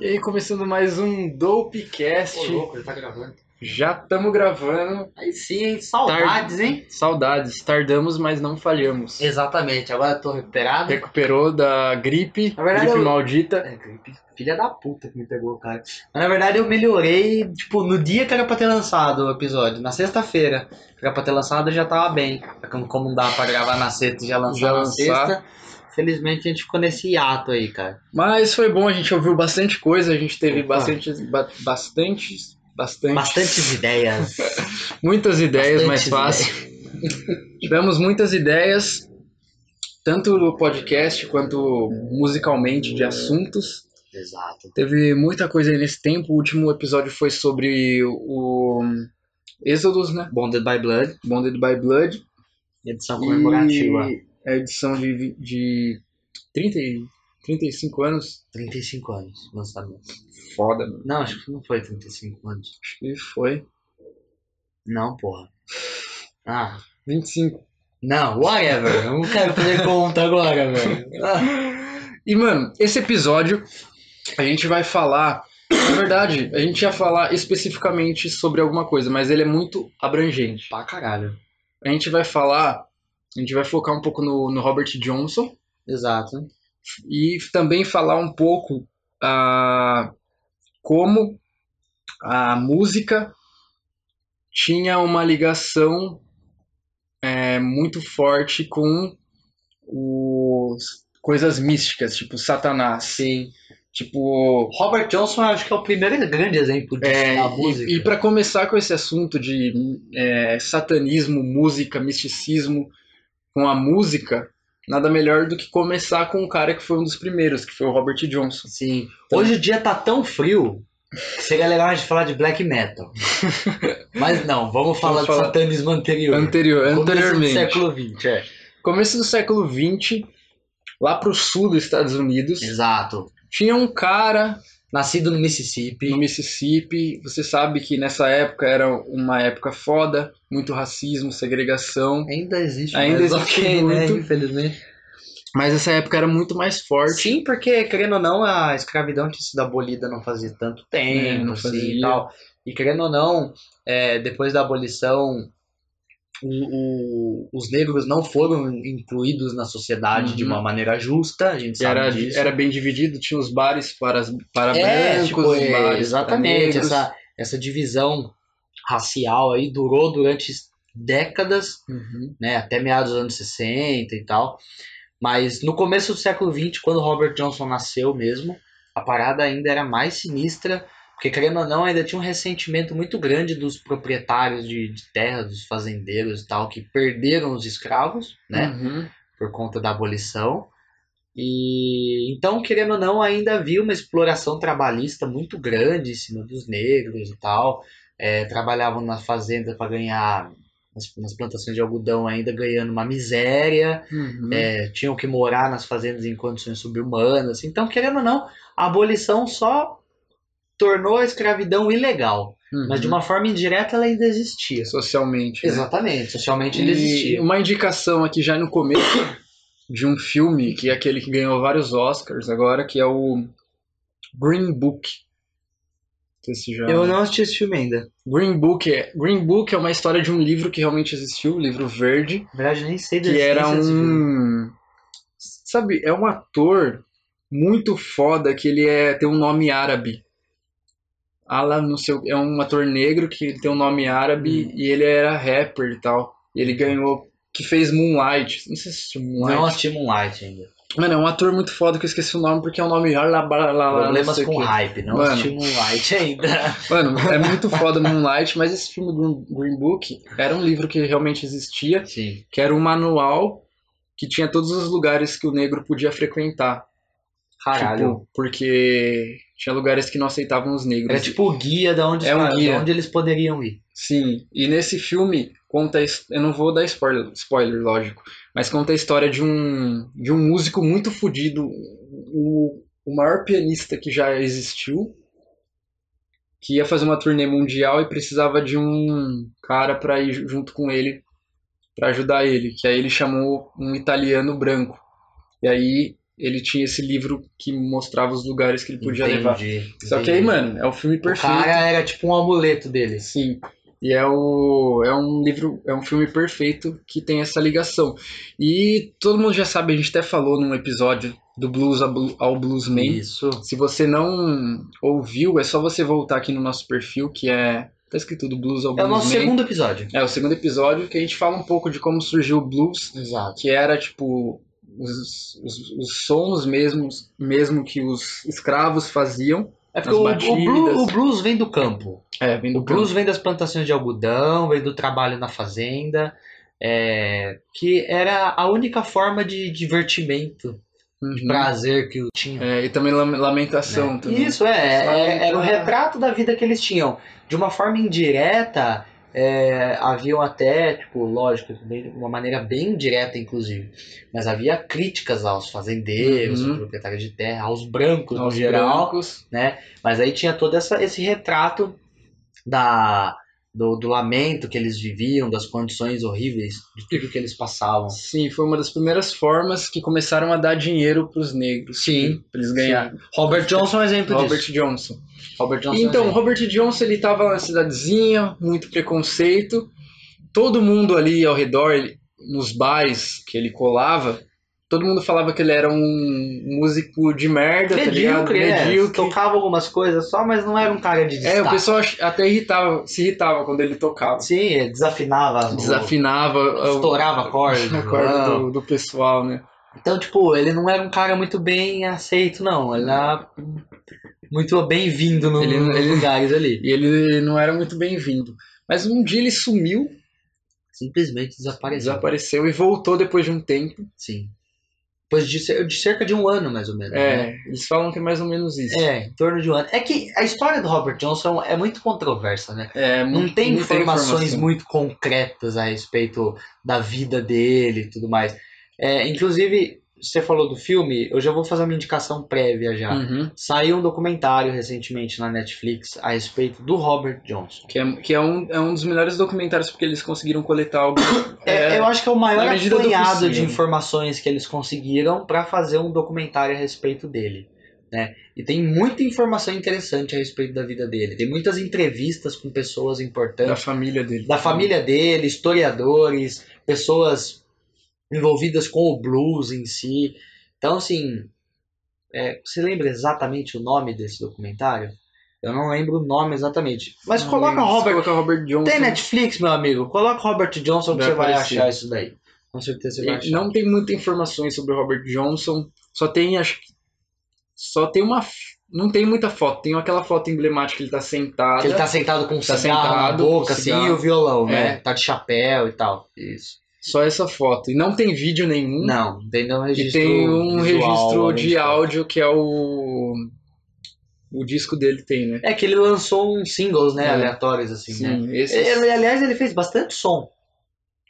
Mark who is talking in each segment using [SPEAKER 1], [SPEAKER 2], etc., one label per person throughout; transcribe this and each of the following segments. [SPEAKER 1] aí, começando mais um Dopecast.
[SPEAKER 2] louco, ele tá gravando.
[SPEAKER 1] Já estamos gravando.
[SPEAKER 2] Aí sim, hein? Saudades, hein?
[SPEAKER 1] Saudades, tardamos, mas não falhamos.
[SPEAKER 2] Exatamente, agora eu tô recuperado.
[SPEAKER 1] Recuperou da gripe,
[SPEAKER 2] Na verdade,
[SPEAKER 1] gripe
[SPEAKER 2] eu-
[SPEAKER 1] maldita.
[SPEAKER 2] É, gripe, filha da puta que me pegou, cara. Mas na verdade eu melhorei, tipo, no dia que era pra ter lançado o episódio, na sexta-feira. que Era pra ter lançado eu já tava bem. Só que Como dá pra gravar na sexta e já lançar
[SPEAKER 1] Já
[SPEAKER 2] na
[SPEAKER 1] lançar.
[SPEAKER 2] sexta, felizmente a gente ficou nesse hiato aí, cara.
[SPEAKER 1] Mas foi bom, a gente ouviu bastante coisa, a gente teve
[SPEAKER 2] Opa.
[SPEAKER 1] bastante, ba bastantes, bastante,
[SPEAKER 2] Bastantes ideias.
[SPEAKER 1] muitas ideias mais
[SPEAKER 2] bastantes
[SPEAKER 1] fácil. Tivemos muitas ideias, tanto no podcast quanto musicalmente de assuntos.
[SPEAKER 2] Exato.
[SPEAKER 1] Teve muita coisa aí nesse tempo. O último episódio foi sobre o Exodus, né?
[SPEAKER 2] Bonded by Blood,
[SPEAKER 1] Bonded by Blood.
[SPEAKER 2] edição comemorativa.
[SPEAKER 1] E a edição de, vi- de 30, e 35 anos.
[SPEAKER 2] 35 anos, lançamento.
[SPEAKER 1] Foda, mano.
[SPEAKER 2] Não, acho que não foi 35 anos.
[SPEAKER 1] Acho que foi.
[SPEAKER 2] Não, porra. Ah,
[SPEAKER 1] 25.
[SPEAKER 2] não, whatever. Eu não quero fazer conta agora, velho. Ah,
[SPEAKER 1] E, mano, esse episódio a gente vai falar. Na verdade, a gente ia falar especificamente sobre alguma coisa, mas ele é muito abrangente.
[SPEAKER 2] pra caralho.
[SPEAKER 1] A gente vai falar. A gente vai focar um pouco no- no Robert Johnson.
[SPEAKER 2] Exato.
[SPEAKER 1] e também falar um pouco ah, como a música tinha uma ligação eh, muito forte com os coisas místicas, tipo Satanás, sim, tipo
[SPEAKER 2] Robert Johnson eu acho que é o primeiro grande exemplo disso
[SPEAKER 1] é,
[SPEAKER 2] na música.
[SPEAKER 1] e, e para começar com esse assunto de é, satanismo, música, misticismo com a música, nada melhor do que começar com um cara que foi um dos primeiros, que foi o Robert Johnson.
[SPEAKER 2] Sim. Hoje o dia tá tão frio que seria legal a gente falar de black metal. Mas não, vamos falar de
[SPEAKER 1] falar-
[SPEAKER 2] satanismo anterior.
[SPEAKER 1] Anterior,
[SPEAKER 2] Começo do
[SPEAKER 1] anteriormente.
[SPEAKER 2] século XX, é.
[SPEAKER 1] Começo do século XX, lá pro sul dos Estados Unidos,
[SPEAKER 2] Exato.
[SPEAKER 1] tinha um cara
[SPEAKER 2] Nascido no Mississippi.
[SPEAKER 1] no Mississippi. Você sabe que nessa época era uma época foda, muito racismo, segregação.
[SPEAKER 2] Ainda existe.
[SPEAKER 1] Ainda
[SPEAKER 2] mas
[SPEAKER 1] existe
[SPEAKER 2] ok, né?
[SPEAKER 1] muito.
[SPEAKER 2] Infelizmente.
[SPEAKER 1] Mas essa época era muito mais forte.
[SPEAKER 2] Sim, porque, querendo ou não, a escravidão tinha sido abolida não fazia tanto
[SPEAKER 1] É,
[SPEAKER 2] tempo,
[SPEAKER 1] não
[SPEAKER 2] assim,
[SPEAKER 1] fazia.
[SPEAKER 2] e tal. E querendo ou não, é, depois da abolição, o- o- os negros não foram incluídos na sociedade
[SPEAKER 1] Uhum.
[SPEAKER 2] de uma maneira justa, a gente sabe
[SPEAKER 1] Era,
[SPEAKER 2] disso.
[SPEAKER 1] era bem dividido, tinha os bares para, as- para
[SPEAKER 2] é,
[SPEAKER 1] brancos,
[SPEAKER 2] tipo,
[SPEAKER 1] os bares
[SPEAKER 2] é,
[SPEAKER 1] para
[SPEAKER 2] exatamente,
[SPEAKER 1] negros.
[SPEAKER 2] essa, essa divisão racial aí durou durante décadas,
[SPEAKER 1] Uhum.
[SPEAKER 2] né, até meados dos anos 60 e tal. Mas no começo do século 20, quando Robert Johnson nasceu mesmo, a parada ainda era mais sinistra, porque querendo ou não, ainda tinha um ressentimento muito grande dos proprietários de, de terra, dos fazendeiros e tal, que perderam os escravos, né,
[SPEAKER 1] Uhum.
[SPEAKER 2] por conta da abolição. E então, querendo ou não, ainda havia uma exploração trabalhista muito grande em cima dos negros e tal. É, trabalhavam na fazenda para ganhar nas, nas plantações de algodão, ainda ganhando uma miséria.
[SPEAKER 1] Uhum.
[SPEAKER 2] É, tinham que morar nas fazendas em condições subhumanas. Então, querendo ou não, a abolição só tornou a escravidão ilegal,
[SPEAKER 1] Uhum.
[SPEAKER 2] mas de uma forma indireta ela ainda existia.
[SPEAKER 1] Socialmente. né?
[SPEAKER 2] Exatamente, socialmente ainda
[SPEAKER 1] E
[SPEAKER 2] existia.
[SPEAKER 1] uma indicação aqui já no começo de um filme, que é aquele que ganhou vários Oscars agora, que é o Green Book. Não sei se já- é um
[SPEAKER 2] Eu não assisti esse filme ainda.
[SPEAKER 1] Green, Book é... Green Book é uma história de um livro que realmente existiu, o livro verde,
[SPEAKER 2] Na verdade, eu nem sei da
[SPEAKER 1] que era
[SPEAKER 2] existência desse filme.
[SPEAKER 1] um. Sabe, é um ator muito foda que ele é tem um nome árabe. Ala, não sei, o- é um ator negro que tem um nome
[SPEAKER 2] Hum.
[SPEAKER 1] árabe e ele era rapper e tal. E ele ganhou que fez Moonlight. Não sei se assistiu Moonlight.
[SPEAKER 2] Não assisti Moonlight ainda.
[SPEAKER 1] Mano, é um ator muito foda que eu esqueci o nome porque é um nome lá, lá, lá, lá, não
[SPEAKER 2] Problemas
[SPEAKER 1] sei o
[SPEAKER 2] com
[SPEAKER 1] quê.
[SPEAKER 2] hype, não
[SPEAKER 1] Mano.
[SPEAKER 2] assisti Moonlight ainda.
[SPEAKER 1] Mano, é muito foda Moonlight, mas esse filme Green- Green Book era um livro que realmente existia
[SPEAKER 2] Sim.
[SPEAKER 1] que era um manual que tinha todos os lugares que o negro podia frequentar.
[SPEAKER 2] Caralho.
[SPEAKER 1] Tipo, porque tinha lugares que não aceitavam os negros.
[SPEAKER 2] era tipo o guia de onde,
[SPEAKER 1] É um
[SPEAKER 2] de
[SPEAKER 1] guia.
[SPEAKER 2] onde eles poderiam ir.
[SPEAKER 1] Sim, e nesse filme conta. a his- Eu não vou dar spoiler, spoiler lógico, mas conta a história de um, de um músico muito fodido, o, o maior pianista que já existiu, que ia fazer uma turnê mundial e precisava de um cara pra ir ju- junto com ele, pra ajudar ele. Que aí ele chamou um italiano branco. E aí ele tinha esse livro que mostrava os lugares que ele podia
[SPEAKER 2] entendi,
[SPEAKER 1] levar. Só que aí,
[SPEAKER 2] entendi.
[SPEAKER 1] mano, é o filme
[SPEAKER 2] O
[SPEAKER 1] perfeito.
[SPEAKER 2] cara era tipo um amuleto dele.
[SPEAKER 1] Sim. E é, o, é um livro, é um filme perfeito que tem essa ligação. E todo mundo já sabe, a gente até falou num episódio do Blues ao Blu- ao Bluesman.
[SPEAKER 2] Isso.
[SPEAKER 1] Se você não ouviu, é só você voltar aqui no nosso perfil, que é. Tá escrito do Blues ao
[SPEAKER 2] É o
[SPEAKER 1] Bluesman.
[SPEAKER 2] nosso segundo episódio.
[SPEAKER 1] É o segundo episódio que a gente fala um pouco de como surgiu o blues,
[SPEAKER 2] Exato.
[SPEAKER 1] que era tipo os, os, os sons mesmos, mesmo que os escravos faziam.
[SPEAKER 2] É porque o,
[SPEAKER 1] As
[SPEAKER 2] o blues,
[SPEAKER 1] batidas.
[SPEAKER 2] o blues vem do campo.
[SPEAKER 1] É, vem do
[SPEAKER 2] O blues vem das plantações de algodão, vem do trabalho na fazenda, é, que era a única forma de divertimento,
[SPEAKER 1] campo. Uhum.
[SPEAKER 2] prazer que eu tinha.
[SPEAKER 1] É, e também lam- lamentação
[SPEAKER 2] né?
[SPEAKER 1] também. então,
[SPEAKER 2] Isso, é,
[SPEAKER 1] Só
[SPEAKER 2] é-
[SPEAKER 1] entrar-
[SPEAKER 2] Era o retrato da vida que eles tinham. De uma forma indireta, é, haviam até, tipo, lógico, de uma maneira bem direta, inclusive. Mas havia críticas aos fazendeiros,
[SPEAKER 1] Uhum.
[SPEAKER 2] aos proprietários de terra, aos brancos
[SPEAKER 1] Aos
[SPEAKER 2] no geral.
[SPEAKER 1] brancos.
[SPEAKER 2] Mas aí tinha todo essa, esse retrato da, do, do lamento que eles viviam, das condições horríveis, de tudo que eles passavam.
[SPEAKER 1] Sim, foi uma das primeiras formas que começaram a dar dinheiro pros negros.
[SPEAKER 2] Sim,
[SPEAKER 1] Pra eles ganharem.
[SPEAKER 2] Robert Johnson é um exemplo
[SPEAKER 1] Robert
[SPEAKER 2] disso.
[SPEAKER 1] Johnson.
[SPEAKER 2] Robert Johnson. é um
[SPEAKER 1] Então,
[SPEAKER 2] exemplo.
[SPEAKER 1] Robert Johnson, ele tava na cidadezinha, muito preconceito. Todo mundo ali ao redor, ele- nos bares que ele colava, todo mundo falava que ele era um músico de merda, tá ligado?
[SPEAKER 2] medíocre, é.
[SPEAKER 1] Medíocre.
[SPEAKER 2] tocava algumas coisas só, mas não era um cara de destaque.
[SPEAKER 1] É, o pessoal ach- até irritava, se irritava quando ele tocava.
[SPEAKER 2] Sim, ele desafinava, as-
[SPEAKER 1] Desafinava é o-
[SPEAKER 2] estourava a corda.
[SPEAKER 1] a corda
[SPEAKER 2] não.
[SPEAKER 1] do, do pessoal, né?
[SPEAKER 2] Então, tipo, ele não era um cara muito bem aceito, não. Ele era muito bem-vindo no,
[SPEAKER 1] Ele-
[SPEAKER 2] nos
[SPEAKER 1] ele-
[SPEAKER 2] lugares ali.
[SPEAKER 1] E ele não era muito bem-vindo. Mas um dia ele sumiu,
[SPEAKER 2] Simplesmente desapareceu.
[SPEAKER 1] desapareceu e voltou depois de um tempo.
[SPEAKER 2] Sim. Depois de, cer- de cerca de um ano, mais ou menos. né?
[SPEAKER 1] É, eles falam que é mais ou menos isso.
[SPEAKER 2] É, em torno de um ano. É que a história do Robert Johnson é muito controversa, né?
[SPEAKER 1] É,
[SPEAKER 2] Não
[SPEAKER 1] mu-
[SPEAKER 2] tem
[SPEAKER 1] muita
[SPEAKER 2] informações
[SPEAKER 1] informação.
[SPEAKER 2] muito concretas a respeito da vida dele e tudo mais. É, inclusive, você falou do filme, eu já vou fazer uma indicação prévia já.
[SPEAKER 1] Uhum.
[SPEAKER 2] Saiu um documentário recentemente na Netflix a respeito do Robert Johnson.
[SPEAKER 1] Que, é, que é, um, é um dos melhores documentários porque eles conseguiram coletar algo.
[SPEAKER 2] É, eu acho que é o maior
[SPEAKER 1] na medida do
[SPEAKER 2] apanhado de
[SPEAKER 1] possível.
[SPEAKER 2] informações que eles conseguiram para fazer um documentário a respeito dele. Né? E tem muita informação interessante a respeito da vida dele. Tem muitas entrevistas com pessoas importantes.
[SPEAKER 1] da família dele.
[SPEAKER 2] da família dele, historiadores, pessoas envolvidas com o blues em si. Então, assim, é, você lembra exatamente o nome desse documentário? Eu não lembro o nome exatamente. Mas
[SPEAKER 1] Não
[SPEAKER 2] coloca
[SPEAKER 1] lembro.
[SPEAKER 2] Robert.
[SPEAKER 1] Coloca Robert Johnson.
[SPEAKER 2] Tem né, Netflix, meu amigo? Coloca Robert Johnson que
[SPEAKER 1] Vai
[SPEAKER 2] você vai
[SPEAKER 1] aparecer.
[SPEAKER 2] achar isso daí. Com certeza você vai achar.
[SPEAKER 1] E Não tem muita informações sobre o Robert Johnson. Só tem, acho que. Só tem uma. f- Não tem muita foto. Tem aquela foto emblemática que ele tá sentado.
[SPEAKER 2] Que ele tá sentado com um
[SPEAKER 1] Tá
[SPEAKER 2] cigarro na
[SPEAKER 1] sentado,
[SPEAKER 2] boca,
[SPEAKER 1] com
[SPEAKER 2] assim,
[SPEAKER 1] cigarro.
[SPEAKER 2] e o violão, né?
[SPEAKER 1] É.
[SPEAKER 2] Tá de chapéu e tal. Isso.
[SPEAKER 1] Só essa foto. E não tem vídeo nenhum.
[SPEAKER 2] Não, tem não
[SPEAKER 1] E
[SPEAKER 2] registro
[SPEAKER 1] tem um
[SPEAKER 2] visual,
[SPEAKER 1] registro de
[SPEAKER 2] registro-
[SPEAKER 1] áudio que é o. O disco dele tem, né?
[SPEAKER 2] É que ele lançou uns singles, né?
[SPEAKER 1] É.
[SPEAKER 2] Aleatórios, assim, né?
[SPEAKER 1] Sim, esse
[SPEAKER 2] Ele- aliás, ele fez bastante som.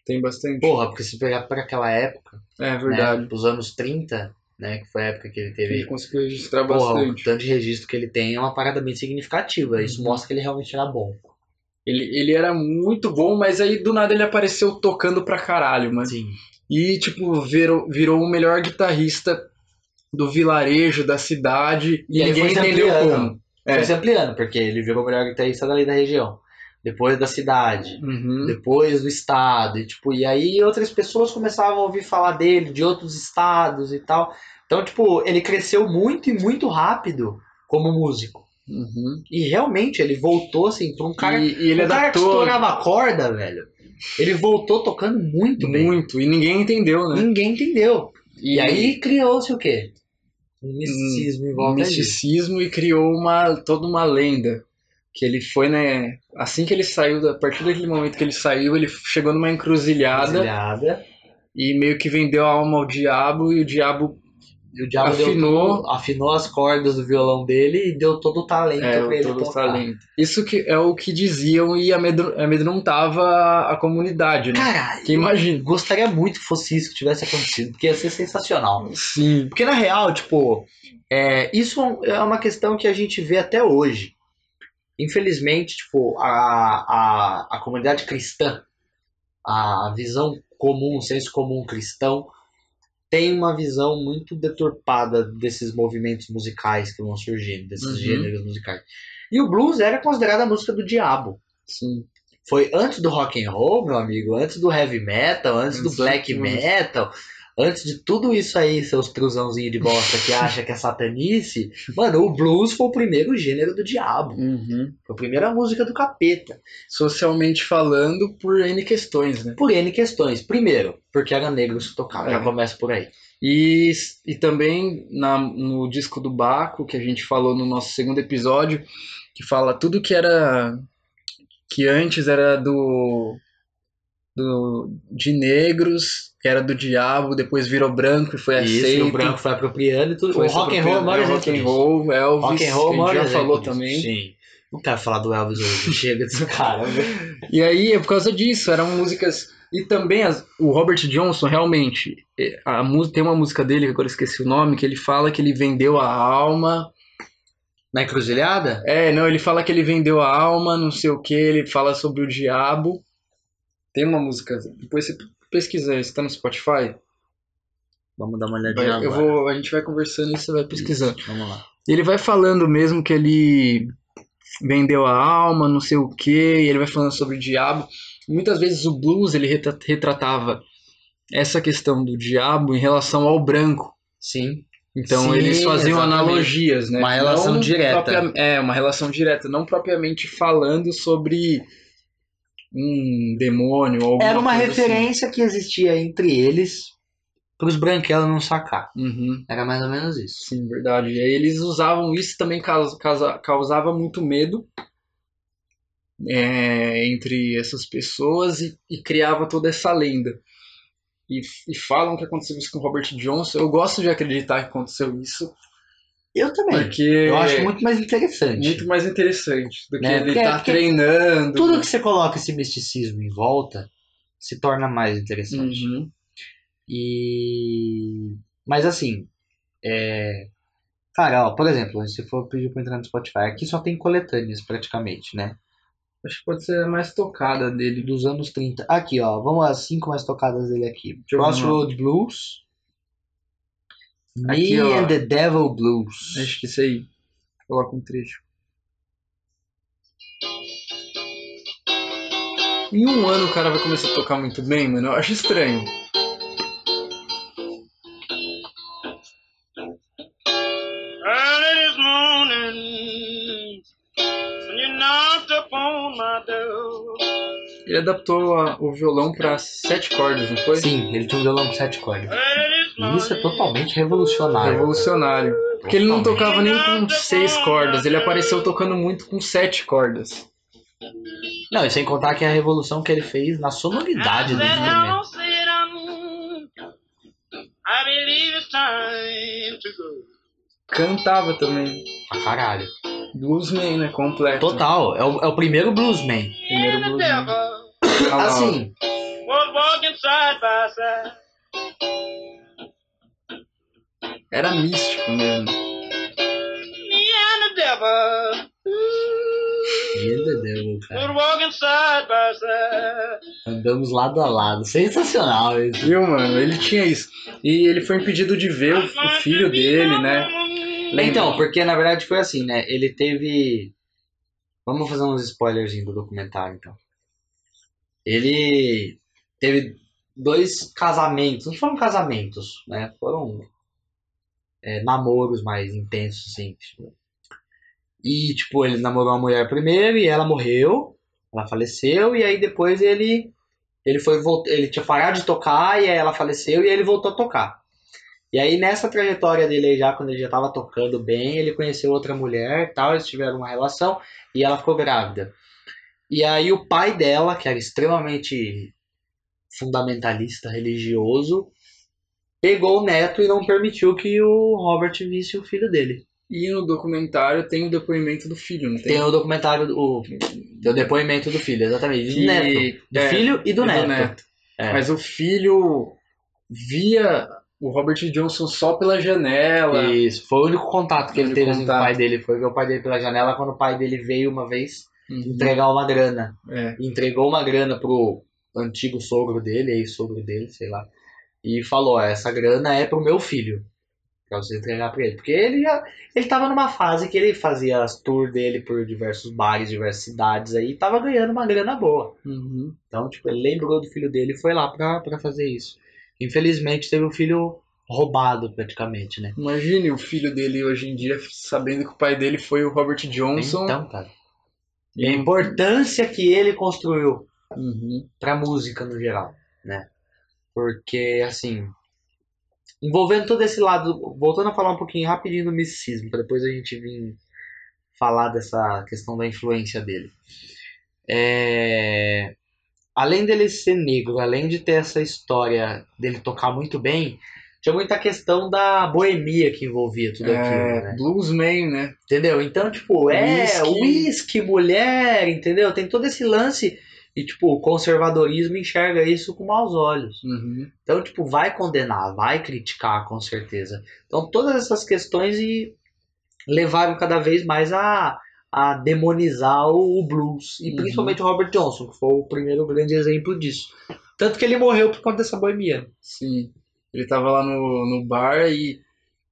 [SPEAKER 1] tem bastante.
[SPEAKER 2] Porra, porque se pegar por aquela época,
[SPEAKER 1] é
[SPEAKER 2] né,
[SPEAKER 1] verdade.
[SPEAKER 2] dos anos 30, né, que foi a época que ele
[SPEAKER 1] Ele
[SPEAKER 2] teve,
[SPEAKER 1] conseguiu registrar
[SPEAKER 2] porra, o
[SPEAKER 1] bastante.
[SPEAKER 2] tanto de registro que ele tem é uma parada bem significativa. Isso
[SPEAKER 1] Uhum.
[SPEAKER 2] mostra que ele realmente era bom.
[SPEAKER 1] Ele, ele era muito bom, mas aí do nada ele apareceu tocando pra caralho, mano.
[SPEAKER 2] Sim.
[SPEAKER 1] E, tipo, virou, virou o melhor guitarrista do vilarejo, da cidade, e,
[SPEAKER 2] E aí
[SPEAKER 1] ninguém
[SPEAKER 2] foi se
[SPEAKER 1] entendeu
[SPEAKER 2] ampliando.
[SPEAKER 1] como.
[SPEAKER 2] Foi
[SPEAKER 1] É.
[SPEAKER 2] se ampliando, porque ele virou o melhor guitarrista dali da região. Depois da cidade.
[SPEAKER 1] Uhum.
[SPEAKER 2] Depois do estado. E, tipo, e aí outras pessoas começavam a ouvir falar dele, de outros estados e tal. Então, tipo, ele cresceu muito e muito rápido como músico.
[SPEAKER 1] Uhum.
[SPEAKER 2] E realmente, ele voltou, assim, pra um cara
[SPEAKER 1] e, e ele
[SPEAKER 2] o cara que
[SPEAKER 1] adaptou
[SPEAKER 2] estourava a corda, velho, ele voltou tocando muito bem.
[SPEAKER 1] muito, e ninguém entendeu, né?
[SPEAKER 2] Ninguém entendeu. E aí criou-se o quê? Um misticismo em
[SPEAKER 1] o
[SPEAKER 2] volta disso.
[SPEAKER 1] misticismo e criou uma toda uma lenda que ele foi né assim que ele saiu da- a partir daquele momento que ele saiu ele chegou numa encruzilhada
[SPEAKER 2] Encruzilhada.
[SPEAKER 1] e meio que vendeu a alma ao diabo e o diabo
[SPEAKER 2] E o diabo deu
[SPEAKER 1] Afinou.
[SPEAKER 2] todo- afinou as cordas do violão dele e deu todo o talento
[SPEAKER 1] é
[SPEAKER 2] pra ele
[SPEAKER 1] todo o
[SPEAKER 2] tocar.
[SPEAKER 1] talento isso que é o que diziam e amedro- amedrontava a comunidade né
[SPEAKER 2] Cara,
[SPEAKER 1] que imagina
[SPEAKER 2] gostaria muito que fosse isso que tivesse acontecido, porque ia ser sensacional.
[SPEAKER 1] sim
[SPEAKER 2] Porque na real, tipo, é, isso é uma questão que a gente vê até hoje. Infelizmente, tipo, a, a, a comunidade cristã, a visão comum, o senso comum cristão, tem uma visão muito deturpada desses movimentos musicais que vão surgindo, desses
[SPEAKER 1] Uhum.
[SPEAKER 2] gêneros musicais. E o blues era considerado a música do diabo.
[SPEAKER 1] Sim.
[SPEAKER 2] Foi antes do rock and roll, meu amigo, antes do heavy metal, antes do
[SPEAKER 1] Antes de
[SPEAKER 2] black
[SPEAKER 1] tudo.
[SPEAKER 2] metal, antes de tudo isso aí, seus truzãozinhos de bosta que acha que é satanice. Mano, o blues foi o primeiro gênero do diabo.
[SPEAKER 1] Uhum.
[SPEAKER 2] Foi a primeira música do capeta.
[SPEAKER 1] Socialmente falando, por N questões, né?
[SPEAKER 2] Por N questões. Primeiro, porque era negros que tocavam. Já
[SPEAKER 1] É.
[SPEAKER 2] começa por aí.
[SPEAKER 1] E, e também na, no disco do Baco, que a gente falou no nosso segundo episódio, que fala tudo que era. que antes era do. do de negros, que era do diabo, depois virou branco e foi
[SPEAKER 2] E
[SPEAKER 1] aceito.
[SPEAKER 2] isso, o branco foi apropriando e tudo.
[SPEAKER 1] É foi
[SPEAKER 2] o rock and roll é o maior
[SPEAKER 1] é,
[SPEAKER 2] exemplo
[SPEAKER 1] rock and
[SPEAKER 2] disso.
[SPEAKER 1] roll, Elvis,
[SPEAKER 2] Rock and roll é o
[SPEAKER 1] que a
[SPEAKER 2] maior
[SPEAKER 1] gente já
[SPEAKER 2] exemplo
[SPEAKER 1] falou
[SPEAKER 2] disso.
[SPEAKER 1] também.
[SPEAKER 2] Sim. Não quero falar do Elvis hoje. Chega desse cara.
[SPEAKER 1] E aí é por causa disso, eram músicas. E também as- o Robert Johnson, realmente, é, a, mu- tem uma música dele, que agora eu esqueci o nome, que ele fala que ele vendeu a alma.
[SPEAKER 2] Na encruzilhada?
[SPEAKER 1] É, não, ele fala que ele vendeu a alma, não sei o que, ele fala sobre o diabo. Tem uma música, depois você pesquisa, você tá no Spotify?
[SPEAKER 2] Vamos dar uma
[SPEAKER 1] Vai-
[SPEAKER 2] olhadinha agora.
[SPEAKER 1] eu vou, a gente vai conversando e você vai pesquisando.
[SPEAKER 2] Isso, Vamos lá.
[SPEAKER 1] E ele vai falando mesmo que ele vendeu a alma, não sei o que, e ele vai falando sobre o diabo. Muitas vezes o blues ele retra- retratava essa questão do diabo em relação ao branco.
[SPEAKER 2] Sim.
[SPEAKER 1] Então
[SPEAKER 2] Sim,
[SPEAKER 1] eles faziam
[SPEAKER 2] exatamente.
[SPEAKER 1] analogias, né?
[SPEAKER 2] Uma relação
[SPEAKER 1] Não
[SPEAKER 2] direta.
[SPEAKER 1] propria- É, uma relação direta, não propriamente falando sobre um demônio ou alguma
[SPEAKER 2] Era uma
[SPEAKER 1] coisa assim.
[SPEAKER 2] referência que existia entre eles pros branquelos não sacar.
[SPEAKER 1] Uhum.
[SPEAKER 2] Era mais ou menos isso.
[SPEAKER 1] Sim, verdade. E aí eles usavam isso também causa, causa- causava muito medo é, entre essas pessoas e, e criava toda essa lenda. E, e falam que aconteceu isso com o Robert Johnson. Eu gosto de acreditar que aconteceu isso,
[SPEAKER 2] Eu também.
[SPEAKER 1] porque
[SPEAKER 2] Eu acho muito mais
[SPEAKER 1] é
[SPEAKER 2] interessante.
[SPEAKER 1] muito mais interessante do que
[SPEAKER 2] Né?
[SPEAKER 1] ele
[SPEAKER 2] Porque-
[SPEAKER 1] estar tá
[SPEAKER 2] porque
[SPEAKER 1] treinando. né?
[SPEAKER 2] tudo que você coloca esse misticismo em volta se torna mais interessante.
[SPEAKER 1] Uhum.
[SPEAKER 2] E. Mas assim. É... Cara, ó, por exemplo, se for pedir pra entrar no Spotify, aqui só tem coletâneas praticamente, né?
[SPEAKER 1] Acho que pode ser a mais tocada dele.
[SPEAKER 2] Dos anos 30. Aqui, ó, vamos às cinco mais tocadas dele aqui:
[SPEAKER 1] eu ver
[SPEAKER 2] Crossroad Blues. Me
[SPEAKER 1] Aqui, ó.
[SPEAKER 2] and the Devil Blues.
[SPEAKER 1] Acho que isso aí. Coloca um trecho. Em um ano o cara vai começar a tocar muito bem, mano. Eu acho estranho.
[SPEAKER 3] Early this morning, when you knocked upon my door,
[SPEAKER 1] Ele adaptou a- o violão pra sete cordas, não foi?
[SPEAKER 2] Sim, ele tem um violão com sete cordas.
[SPEAKER 3] early this
[SPEAKER 2] E
[SPEAKER 3] morning,
[SPEAKER 2] isso é totalmente revolucionário.
[SPEAKER 1] Revolucionário. Porque ele não
[SPEAKER 2] Totalmente.
[SPEAKER 1] tocava nem com seis cordas, ele apareceu tocando muito com sete cordas.
[SPEAKER 2] Não, e sem contar que a revolução que ele fez na sonoridade
[SPEAKER 3] I
[SPEAKER 2] do
[SPEAKER 3] said,
[SPEAKER 2] instrumento.
[SPEAKER 3] "Hello, sit down. I believe it's time to go.
[SPEAKER 1] Cantava também.
[SPEAKER 2] Pra caralho.
[SPEAKER 1] Bluesman, né? Completo.
[SPEAKER 2] Total, é o, é o primeiro bluesman.
[SPEAKER 1] Primeiro
[SPEAKER 3] And the
[SPEAKER 1] bluesman.
[SPEAKER 3] devil
[SPEAKER 1] Ah, lá, ó.
[SPEAKER 2] Assim,
[SPEAKER 3] was walking side by side.
[SPEAKER 1] Era místico mesmo.
[SPEAKER 3] Me and the devil
[SPEAKER 2] Meu Deus, cara.
[SPEAKER 3] was walking side by side.
[SPEAKER 2] Andamos lado a lado. Sensacional isso.
[SPEAKER 1] Viu, mano? Ele tinha isso. E ele foi impedido de ver o, o filho dele, né? Lembra?
[SPEAKER 2] Então, porque na verdade foi assim, né? Ele teve. Vamos fazer uns spoilers do documentário, então. Ele teve dois casamentos. Não foram casamentos, né? Foram é, namoros mais intensos, assim. tipo. E, tipo, ele namorou uma mulher primeiro e ela morreu. Ela faleceu. E aí depois ele. Ele foi vol- ele tinha parado de tocar e aí ela faleceu e aí ele voltou a tocar. E aí, nessa trajetória dele aí já, quando ele já tava tocando bem, ele conheceu outra mulher e tal, eles tiveram uma relação e ela ficou grávida. E aí o pai dela, que era extremamente fundamentalista, religioso, pegou o neto e não permitiu que o Robert visse o filho dele.
[SPEAKER 1] E no documentário tem o depoimento do filho, não
[SPEAKER 2] Tem
[SPEAKER 1] tem?
[SPEAKER 2] o documentário, do- o, o depoimento do filho, exatamente, do
[SPEAKER 1] Que-
[SPEAKER 2] neto. Do
[SPEAKER 1] é,
[SPEAKER 2] filho e do neto. É.
[SPEAKER 1] Mas o filho via o Robert Johnson só pela janela.
[SPEAKER 2] Isso, foi o único contato que ele
[SPEAKER 1] Único
[SPEAKER 2] teve assim, com o
[SPEAKER 1] contato.
[SPEAKER 2] pai dele. Foi ver o pai dele pela janela quando o pai dele veio uma vez
[SPEAKER 1] Uhum.
[SPEAKER 2] entregar uma grana.
[SPEAKER 1] É.
[SPEAKER 2] entregou uma grana pro antigo sogro dele, ex-sogro dele, sei lá. e falou: "Ó, essa grana é pro meu filho, pra você entregar pra ele. Porque ele já ele tava numa fase que ele fazia as tours dele por diversos bares, diversas cidades aí, e tava ganhando uma grana boa.
[SPEAKER 1] Uhum.
[SPEAKER 2] Então, tipo, ele lembrou do filho dele e foi lá pra, pra fazer isso. Infelizmente, teve o filho roubado praticamente, né?
[SPEAKER 1] Imagine o filho dele hoje em dia sabendo que o pai dele foi o Robert Johnson.
[SPEAKER 2] Então, é cara. E a importância que ele construiu
[SPEAKER 1] Uhum.
[SPEAKER 2] pra música no geral, né? Porque, assim, envolvendo todo esse lado, voltando a falar um pouquinho rapidinho do misticismo, pra depois a gente vir falar dessa questão da influência dele. É... Além dele ser negro, além de ter essa história dele tocar muito bem, tinha muita questão da boemia que envolvia tudo aquilo, né?
[SPEAKER 1] É, Bluesman, né?
[SPEAKER 2] Entendeu? Então, tipo, é
[SPEAKER 1] Whisky.
[SPEAKER 2] uísque, mulher, entendeu? Tem todo esse lance. E, tipo, o conservadorismo enxerga isso com maus olhos.
[SPEAKER 1] Uhum.
[SPEAKER 2] Então, tipo, vai condenar, vai criticar, com certeza. Então, todas essas questões e levaram cada vez mais a, a demonizar o, o blues. E
[SPEAKER 1] Uhum.
[SPEAKER 2] principalmente o Robert Johnson, que foi o primeiro grande exemplo disso. Tanto que ele morreu por conta dessa boemia.
[SPEAKER 1] Sim. Ele tava lá no, no bar e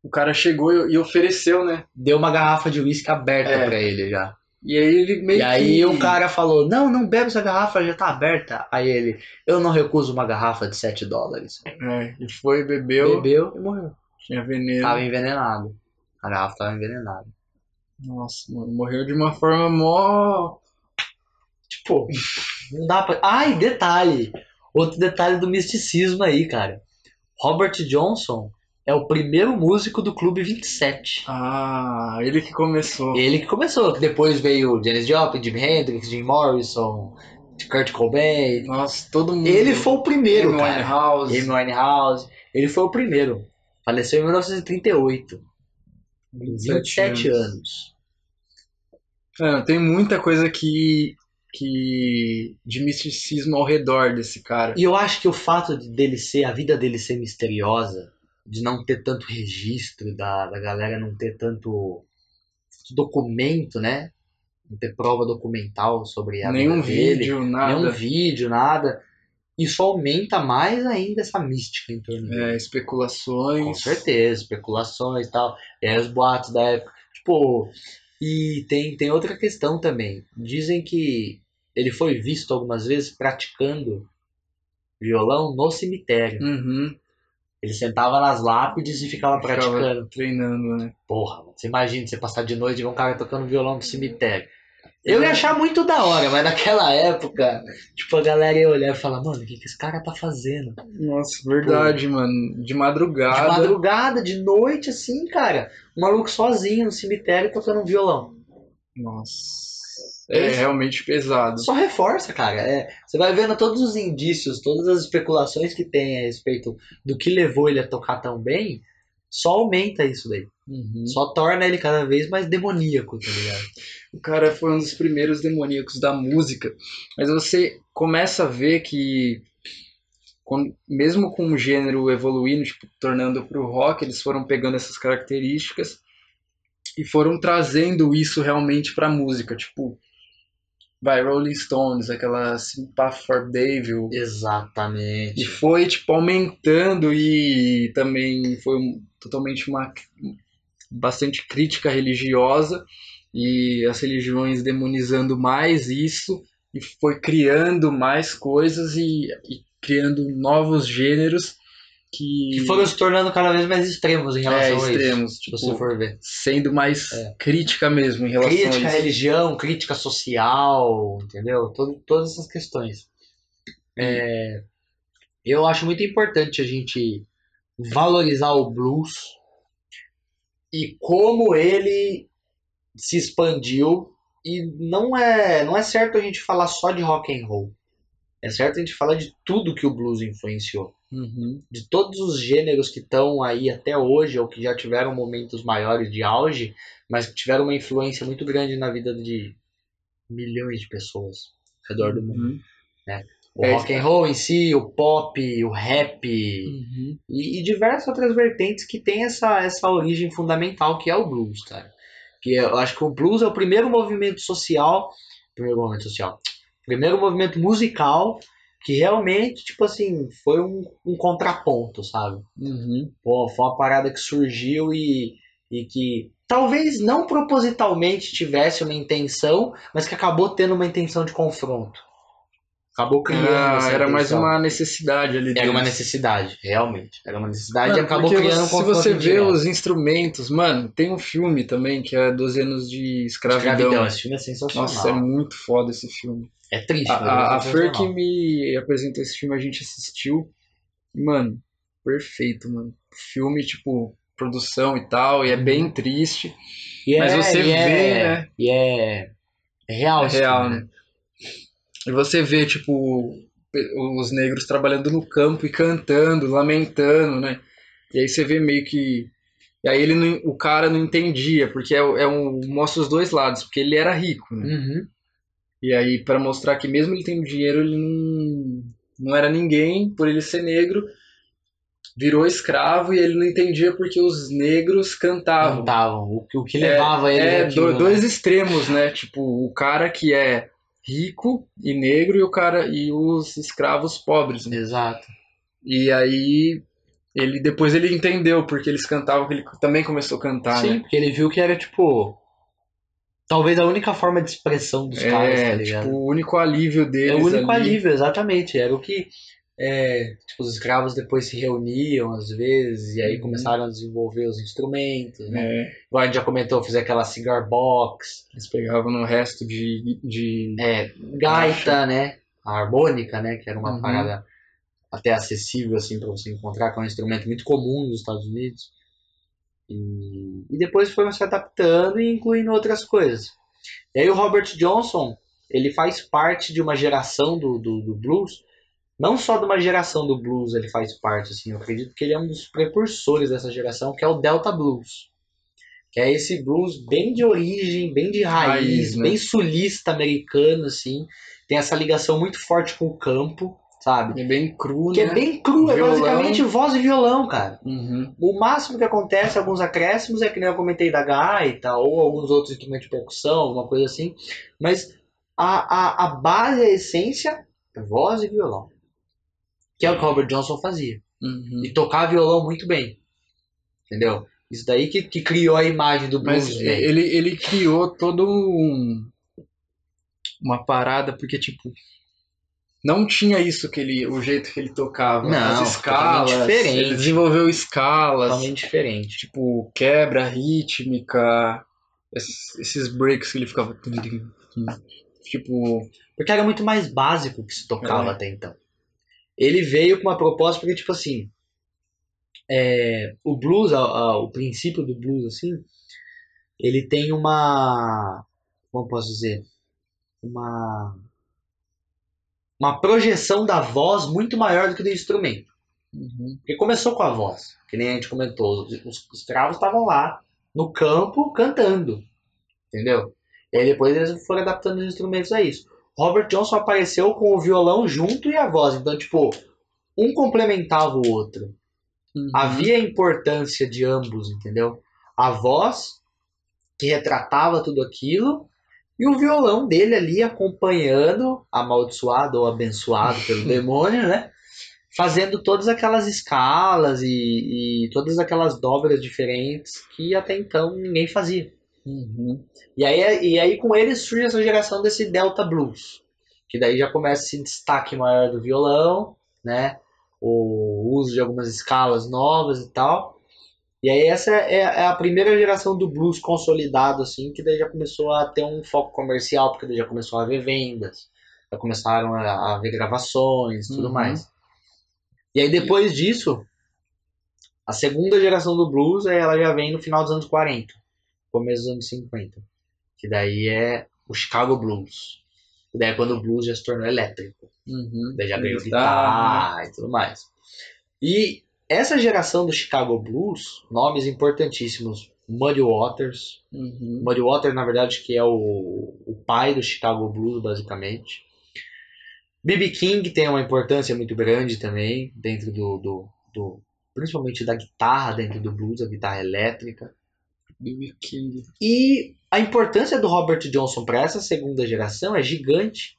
[SPEAKER 1] o cara chegou e, e ofereceu, né?
[SPEAKER 2] Deu uma garrafa de uísque aberta
[SPEAKER 1] É.
[SPEAKER 2] pra ele já.
[SPEAKER 1] E aí ele meio
[SPEAKER 2] E aí
[SPEAKER 1] que...
[SPEAKER 2] o cara falou: Não, não bebe essa garrafa, já tá aberta. Aí ele: Eu não recuso uma garrafa de 7 dólares.
[SPEAKER 1] É, ele foi, bebeu,
[SPEAKER 2] Bebeu e morreu.
[SPEAKER 1] tinha veneno.
[SPEAKER 2] Tava envenenado. A garrafa tava envenenada.
[SPEAKER 1] Nossa, mano, morreu de uma forma mó...
[SPEAKER 2] Tipo, não dá pra. Ai, detalhe! Outro detalhe do misticismo aí, cara. Robert Johnson é o primeiro músico do Clube 27.
[SPEAKER 1] Ah, ele que começou.
[SPEAKER 2] Ele que começou, que depois veio Janis Joplin, Jimi Hendrix, Jim Morrison, Kurt Cobain.
[SPEAKER 1] Nossa, todo mundo...
[SPEAKER 2] Ele é. foi o primeiro,
[SPEAKER 1] Amy
[SPEAKER 2] cara.
[SPEAKER 1] Winehouse.
[SPEAKER 2] Amy Winehouse. Ele foi o primeiro. Faleceu em 1938. com 27 anos.
[SPEAKER 1] Mano, tem muita coisa que, que de misticismo ao redor desse cara.
[SPEAKER 2] E eu acho que o fato de- dele ser, a vida dele ser misteriosa, de não ter tanto registro, da, da galera não ter tanto documento, né? Não ter prova documental sobre a
[SPEAKER 1] Nenhum
[SPEAKER 2] vida dele.
[SPEAKER 1] vídeo, nada.
[SPEAKER 2] Nenhum vídeo, nada. Isso aumenta mais ainda essa mística em torno dele.
[SPEAKER 1] É, especulações.
[SPEAKER 2] Com certeza, especulações e tal. E aí os boatos da época. Tipo, e tem, tem outra questão também. Dizem que ele foi visto algumas vezes praticando violão no cemitério.
[SPEAKER 1] Uhum,
[SPEAKER 2] Ele sentava nas lápides e ficava
[SPEAKER 1] Ficava.
[SPEAKER 2] praticando.
[SPEAKER 1] treinando, né?
[SPEAKER 2] Porra, mano, você imagina você passar de noite e ver um cara tocando violão no cemitério. Eu ia achar muito da hora, mas naquela época, tipo, a galera ia olhar e falar, mano, o que, que esse cara tá fazendo?
[SPEAKER 1] Nossa, verdade, mano. De madrugada.
[SPEAKER 2] De madrugada, de noite, assim, cara. Um maluco sozinho no cemitério tocando um violão.
[SPEAKER 1] Nossa. É
[SPEAKER 2] Esse-
[SPEAKER 1] realmente pesado.
[SPEAKER 2] Só reforça, cara. É, você vai vendo todos os indícios, todas as especulações que tem a respeito do que levou ele a tocar tão bem. Só aumenta isso daí.
[SPEAKER 1] Uhum.
[SPEAKER 2] Só torna ele cada vez mais demoníaco, tá ligado?
[SPEAKER 1] O cara foi um dos primeiros demoníacos da música. Mas você começa a ver que, quando- mesmo com o gênero evoluindo, tipo, tornando pro rock, eles foram pegando essas características e foram trazendo isso realmente pra música. Tipo, vai Rolling Stones, aquela Sympathy for Devil. E
[SPEAKER 2] Exatamente.
[SPEAKER 1] foi, tipo, aumentando e também foi um- totalmente uma bastante crítica religiosa e as religiões demonizando mais isso e foi criando mais coisas e, e criando novos gêneros que,
[SPEAKER 2] Que foram se tornando cada vez mais extremos em
[SPEAKER 1] é,
[SPEAKER 2] relação a isso.
[SPEAKER 1] extremos,
[SPEAKER 2] Se
[SPEAKER 1] tipo,
[SPEAKER 2] você for ver.
[SPEAKER 1] sendo mais
[SPEAKER 2] É.
[SPEAKER 1] crítica mesmo em relação
[SPEAKER 2] Crítica à
[SPEAKER 1] a isso.
[SPEAKER 2] religião, crítica social, entendeu? Todo, todas essas questões. É, eu acho muito importante a gente valorizar o blues e como ele se expandiu. E não é, não é certo a gente falar só de rock and roll. É certo a gente falar de tudo que o blues influenciou
[SPEAKER 1] Uhum,
[SPEAKER 2] de todos os gêneros que estão aí até hoje, ou que já tiveram momentos maiores de auge, mas que tiveram uma influência muito grande na vida de milhões de pessoas ao redor do mundo.
[SPEAKER 1] uhum,
[SPEAKER 2] O
[SPEAKER 1] É isso,
[SPEAKER 2] rock and roll em si, o pop, o rap e,
[SPEAKER 1] uhum.
[SPEAKER 2] e diversas outras vertentes que tem essa, essa origem fundamental que é o blues, cara. Que eu acho que o blues é o primeiro movimento social, primeiro movimento social, primeiro movimento musical que realmente, tipo assim, foi um, um contraponto, sabe?
[SPEAKER 1] Uhum.
[SPEAKER 2] Pô, foi uma parada que surgiu e, e que talvez não propositalmente tivesse uma intenção, mas que acabou tendo uma intenção de confronto. Acabou criando.
[SPEAKER 1] Era,
[SPEAKER 2] essa
[SPEAKER 1] Ah, era mais
[SPEAKER 2] intenção.
[SPEAKER 1] uma necessidade ali
[SPEAKER 2] Era
[SPEAKER 1] deles.
[SPEAKER 2] uma necessidade, realmente. Era uma necessidade
[SPEAKER 1] Mano,
[SPEAKER 2] e acabou
[SPEAKER 1] porque
[SPEAKER 2] criando um
[SPEAKER 1] Se
[SPEAKER 2] confronto.
[SPEAKER 1] você vê
[SPEAKER 2] direto.
[SPEAKER 1] os instrumentos, mano, tem um filme também que é 12 anos de escravidão.
[SPEAKER 2] Gravidão, esse filme é sensacional.
[SPEAKER 1] Nossa, é muito foda esse filme.
[SPEAKER 2] é... triste,
[SPEAKER 1] A,
[SPEAKER 2] mas
[SPEAKER 1] a,
[SPEAKER 2] é
[SPEAKER 1] a Fer que
[SPEAKER 2] sensacional.
[SPEAKER 1] me apresentou esse filme, a gente assistiu. Mano, perfeito, mano. Filme, tipo, produção e tal, e é
[SPEAKER 2] Uhum.
[SPEAKER 1] bem triste.
[SPEAKER 2] E
[SPEAKER 1] mas
[SPEAKER 2] é-
[SPEAKER 1] você
[SPEAKER 2] e
[SPEAKER 1] vê,
[SPEAKER 2] é-
[SPEAKER 1] né?
[SPEAKER 2] E é é real,
[SPEAKER 1] É
[SPEAKER 2] esse
[SPEAKER 1] real,
[SPEAKER 2] filme,
[SPEAKER 1] né? E você vê, tipo, pe- os negros trabalhando no campo e cantando, lamentando, né? E aí você vê meio que. E aí ele não- o cara não entendia, porque é, é um, mostra os dois lados, porque ele era rico, né?
[SPEAKER 2] Uhum.
[SPEAKER 1] E aí, pra mostrar que mesmo ele tendo dinheiro, ele não, não era ninguém, por ele ser negro, virou escravo e ele não entendia porque os negros cantavam.
[SPEAKER 2] Cantavam. O, que- o que levava ele
[SPEAKER 1] É,
[SPEAKER 2] àquilo,
[SPEAKER 1] do-
[SPEAKER 2] né?
[SPEAKER 1] dois extremos, né? Tipo, o cara que é rico e negro e o cara e os escravos pobres. né?
[SPEAKER 2] Exato.
[SPEAKER 1] E aí ele depois ele entendeu porque eles cantavam, que ele também começou a cantar,
[SPEAKER 2] Sim,
[SPEAKER 1] né?
[SPEAKER 2] porque ele viu que era tipo. Talvez a única forma de expressão dos caras, tá
[SPEAKER 1] é,
[SPEAKER 2] ligado?
[SPEAKER 1] tipo, o único alívio deles
[SPEAKER 2] É o único
[SPEAKER 1] ali.
[SPEAKER 2] alívio, exatamente. Era o que é, tipo, os escravos depois se reuniam às vezes e aí
[SPEAKER 1] Uhum.
[SPEAKER 2] começaram a desenvolver os instrumentos, né?
[SPEAKER 1] É,
[SPEAKER 2] Igual a gente já comentou, fazer aquela cigar box,
[SPEAKER 1] eles pegavam no resto de, de
[SPEAKER 2] é, gaita, né? A harmônica, né? Que era uma
[SPEAKER 1] Uhum.
[SPEAKER 2] parada até acessível assim para você encontrar, que é um instrumento muito comum nos Estados Unidos. E, e depois foram se adaptando e incluindo outras coisas. E aí o Robert Johnson, ele faz parte de uma geração do, do, do blues, não só de uma geração do blues ele faz parte, assim, eu acredito que ele é um dos precursores dessa geração, que é o Delta Blues. Que é esse blues bem de origem, bem de raiz,
[SPEAKER 1] Raiz, né?
[SPEAKER 2] bem sulista americano, assim. Tem essa ligação muito forte com o campo, sabe?
[SPEAKER 1] é bem cru,
[SPEAKER 2] Que
[SPEAKER 1] né?
[SPEAKER 2] é bem cru, é
[SPEAKER 1] Violão.
[SPEAKER 2] basicamente voz e violão, cara.
[SPEAKER 1] Uhum.
[SPEAKER 2] O máximo que acontece, alguns acréscimos, é que nem eu comentei da gaita ou alguns outros instrumentos de percussão, alguma coisa assim. Mas a, a, a base, a essência, é voz e violão. Que é o que o Robert Johnson fazia.
[SPEAKER 1] Uhum.
[SPEAKER 2] E tocar violão muito bem. Entendeu? Isso daí que, que criou a imagem do blues.
[SPEAKER 1] Mas
[SPEAKER 2] né?
[SPEAKER 1] ele, ele criou todo um, uma parada, porque, tipo, não tinha isso que ele, o jeito que ele tocava.
[SPEAKER 2] Não,
[SPEAKER 1] As escalas,
[SPEAKER 2] totalmente diferente.
[SPEAKER 1] ele desenvolveu escalas,
[SPEAKER 2] Totalmente diferente.
[SPEAKER 1] tipo, quebra rítmica, esses, esses breaks que ele ficava... tum, tum, tum. Tipo,
[SPEAKER 2] Porque era muito mais básico o que se tocava
[SPEAKER 1] É.
[SPEAKER 2] até então. Ele veio com uma proposta porque, tipo assim, é, o blues, a- a- o princípio do blues, assim, ele tem uma. Como eu posso dizer? Uma. Uma projeção da voz muito maior do que do instrumento.
[SPEAKER 1] uhum,
[SPEAKER 2] Porque começou com a voz, que nem a gente comentou, os, os, os escravos estavam lá no campo cantando, entendeu? E aí depois eles foram adaptando os instrumentos a isso. Robert Johnson apareceu com o violão junto e a voz, então tipo, um complementava o outro.
[SPEAKER 1] uhum.
[SPEAKER 2] Havia a importância de ambos, entendeu? A voz que retratava tudo aquilo e o violão dele ali acompanhando, amaldiçoado ou abençoado pelo demônio, né? Fazendo todas aquelas escalas e, e todas aquelas dobras diferentes que até então ninguém fazia.
[SPEAKER 1] Uhum.
[SPEAKER 2] E aí, e aí com ele surge essa geração desse Delta Blues, que daí já começa esse destaque maior do violão, né? O uso de algumas escalas novas e tal. E aí essa é, é a primeira geração do blues consolidado, assim, que daí já começou a ter um foco comercial, porque daí já começou a haver vendas, já começaram a a haver gravações tudo
[SPEAKER 1] Uhum.
[SPEAKER 2] mais. E aí depois disso, a segunda geração do blues, aí ela já vem no final dos anos 40, começo dos anos 50. Que daí é o Chicago Blues. Que daí é quando o blues já se tornou elétrico.
[SPEAKER 1] Uhum.
[SPEAKER 2] Daí já ganhou
[SPEAKER 1] Guitarra.
[SPEAKER 2] guitarra e tudo mais. E essa geração do Chicago Blues, nomes importantíssimos, Muddy Waters.
[SPEAKER 1] Uhum.
[SPEAKER 2] Muddy Waters, na verdade, que é o, o pai do Chicago Blues, basicamente. B.B. King tem uma importância muito grande também, dentro do- do- do... Principalmente da guitarra dentro do blues, a guitarra elétrica.
[SPEAKER 1] B.B. King.
[SPEAKER 2] E a importância do Robert Johnson para essa segunda geração é gigante.